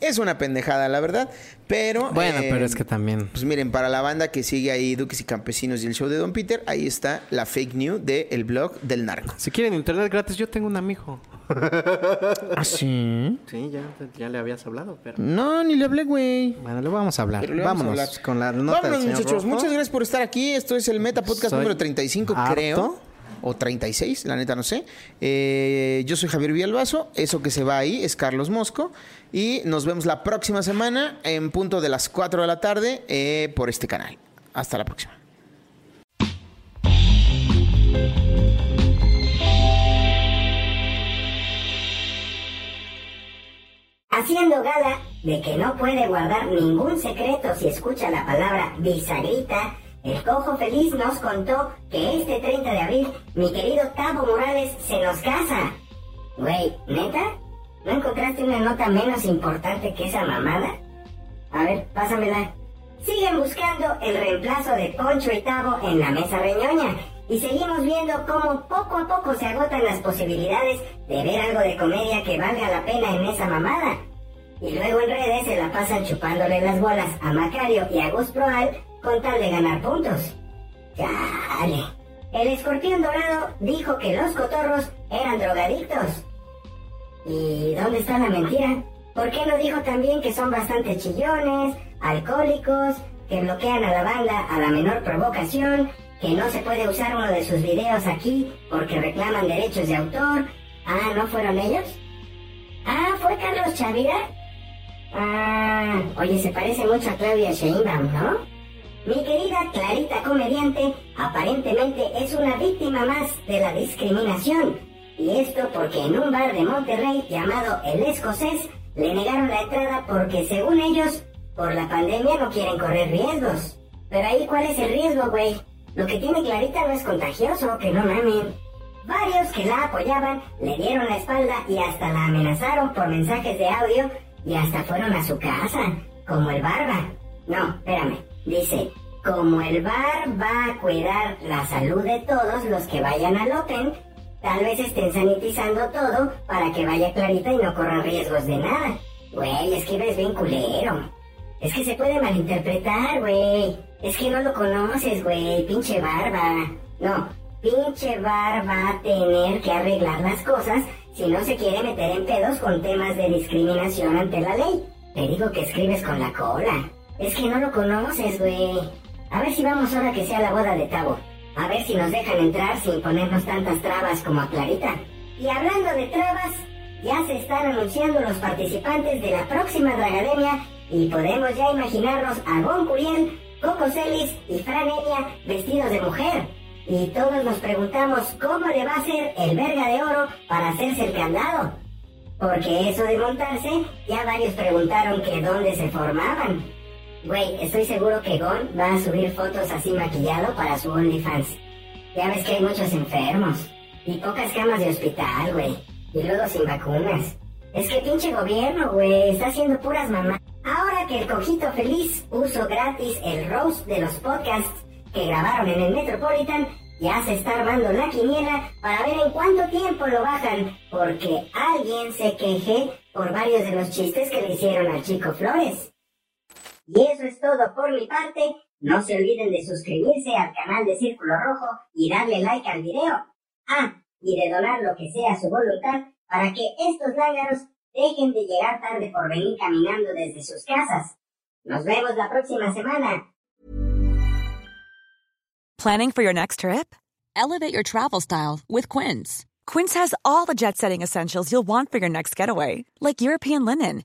S4: Es una pendejada, la verdad. Pero.
S5: Bueno,
S4: eh,
S5: pero es que también.
S4: pues miren, para la banda que sigue ahí Duques y Campesinos y el show de Don Peter, ahí está la fake news del blog del narco.
S5: Si quieren internet gratis, yo tengo un amigo.
S4: ¿Ah, sí?
S5: Sí, ya, ya le habías hablado, pero.
S4: No, ni le hablé, güey.
S5: Bueno, le vamos a hablar.
S4: Pero le vamos a
S5: Vámonos
S4: hablar.
S5: con la nota del
S4: Vámonos,
S5: señor
S4: muchachos.
S5: Rojo.
S4: Muchas gracias por estar aquí. Esto es el Meta Podcast
S5: Soy
S4: número 35,
S5: harto.
S4: creo. O 36, la neta no sé. Eh, yo soy Javier Villalbazo. Eso que se va ahí es Carlos Mosco. Y nos vemos la próxima semana en punto de las 4 de la tarde eh, por este canal. Hasta la próxima.
S3: Haciendo gala de que no puede guardar ningún secreto si escucha la palabra bisagrita, el cojo feliz nos contó que este 30 de abril mi querido Tavo Morales se nos casa. Güey, ¿neta? ¿No encontraste una nota menos importante que esa mamada? A ver, pásamela. Siguen buscando el reemplazo de Poncho y Tavo en la mesa reñoña. Y seguimos viendo cómo poco a poco se agotan las posibilidades de ver algo de comedia que valga la pena en esa mamada. Y luego en redes se la pasan chupándole las bolas a Macario y a Gus Proal con tal de ganar puntos. Chale. El escorpión dorado dijo que los cotorros eran drogadictos. ¿Y dónde está la mentira? ¿Por qué no dijo también que son bastante chillones, alcohólicos, que bloquean a la banda a la menor provocación, que no se puede usar uno de sus videos aquí porque reclaman derechos de autor? Ah, ¿no fueron ellos? Ah, ¿fue Carlos Chavira? Ah, oye, se parece mucho a Claudia Sheinbaum, ¿no? Mi querida Clarita comediante aparentemente es una víctima más de la discriminación. Y esto porque en un bar de Monterrey llamado El Escocés le negaron la entrada porque según ellos, por la pandemia no quieren correr riesgos. Pero ahí cuál es el riesgo, güey. Lo que tiene Clarita no es contagioso, que no mamen. Varios que la apoyaban le dieron la espalda y hasta la amenazaron por mensajes de audio y hasta fueron a su casa, como el barba. No, espérame. Dice, como el bar va a cuidar la salud de todos los que vayan al Open, tal vez estén sanitizando todo para que vaya clarita y no corran riesgos de nada. Güey, es que ves bien culero. Es que se puede malinterpretar, güey. Es que no lo conoces, güey. Pinche barba. No, pinche bar va a tener que arreglar las cosas si no se quiere meter en pedos con temas de discriminación ante la ley. Te digo que escribes con la cola. Es que no lo conoces, güey. A ver si vamos ahora que sea la boda de Tabo. A ver si nos dejan entrar sin ponernos tantas trabas como a Clarita. Y hablando de trabas, ya se están anunciando los participantes de la próxima Dragademia y podemos ya imaginarnos a Gon Curiel, Coco Celis y Fran Evia vestidos de mujer. Y todos nos preguntamos cómo le va a hacer el verga de oro para hacerse el candado. Porque eso de montarse, ya varios preguntaron que dónde se formaban. Güey, estoy seguro que Gon va a subir fotos así maquillado para su OnlyFans. Ya ves que hay muchos enfermos y pocas camas de hospital, güey. Y luego sin vacunas. Es que pinche gobierno, güey, está haciendo puras mamás. Ahora que el cojito feliz uso gratis el roast de los podcasts que grabaron en el Metropolitan, Ya se está armando la quiniela para ver en cuánto tiempo lo bajan, porque alguien se queje por varios de los chistes que le hicieron al chico Flores. Y eso es todo por mi parte. No se olviden de suscribirse al canal de Círculo Rojo y darle like al video. Ah, y de donar lo que sea su voluntad para que estos lángaros dejen de llegar tarde por venir caminando desde sus casas. Nos vemos la próxima semana.
S6: Planning for your next trip? Elevate your travel style with Quince. Quince has all the jet setting essentials you'll want for your next getaway, like European linen,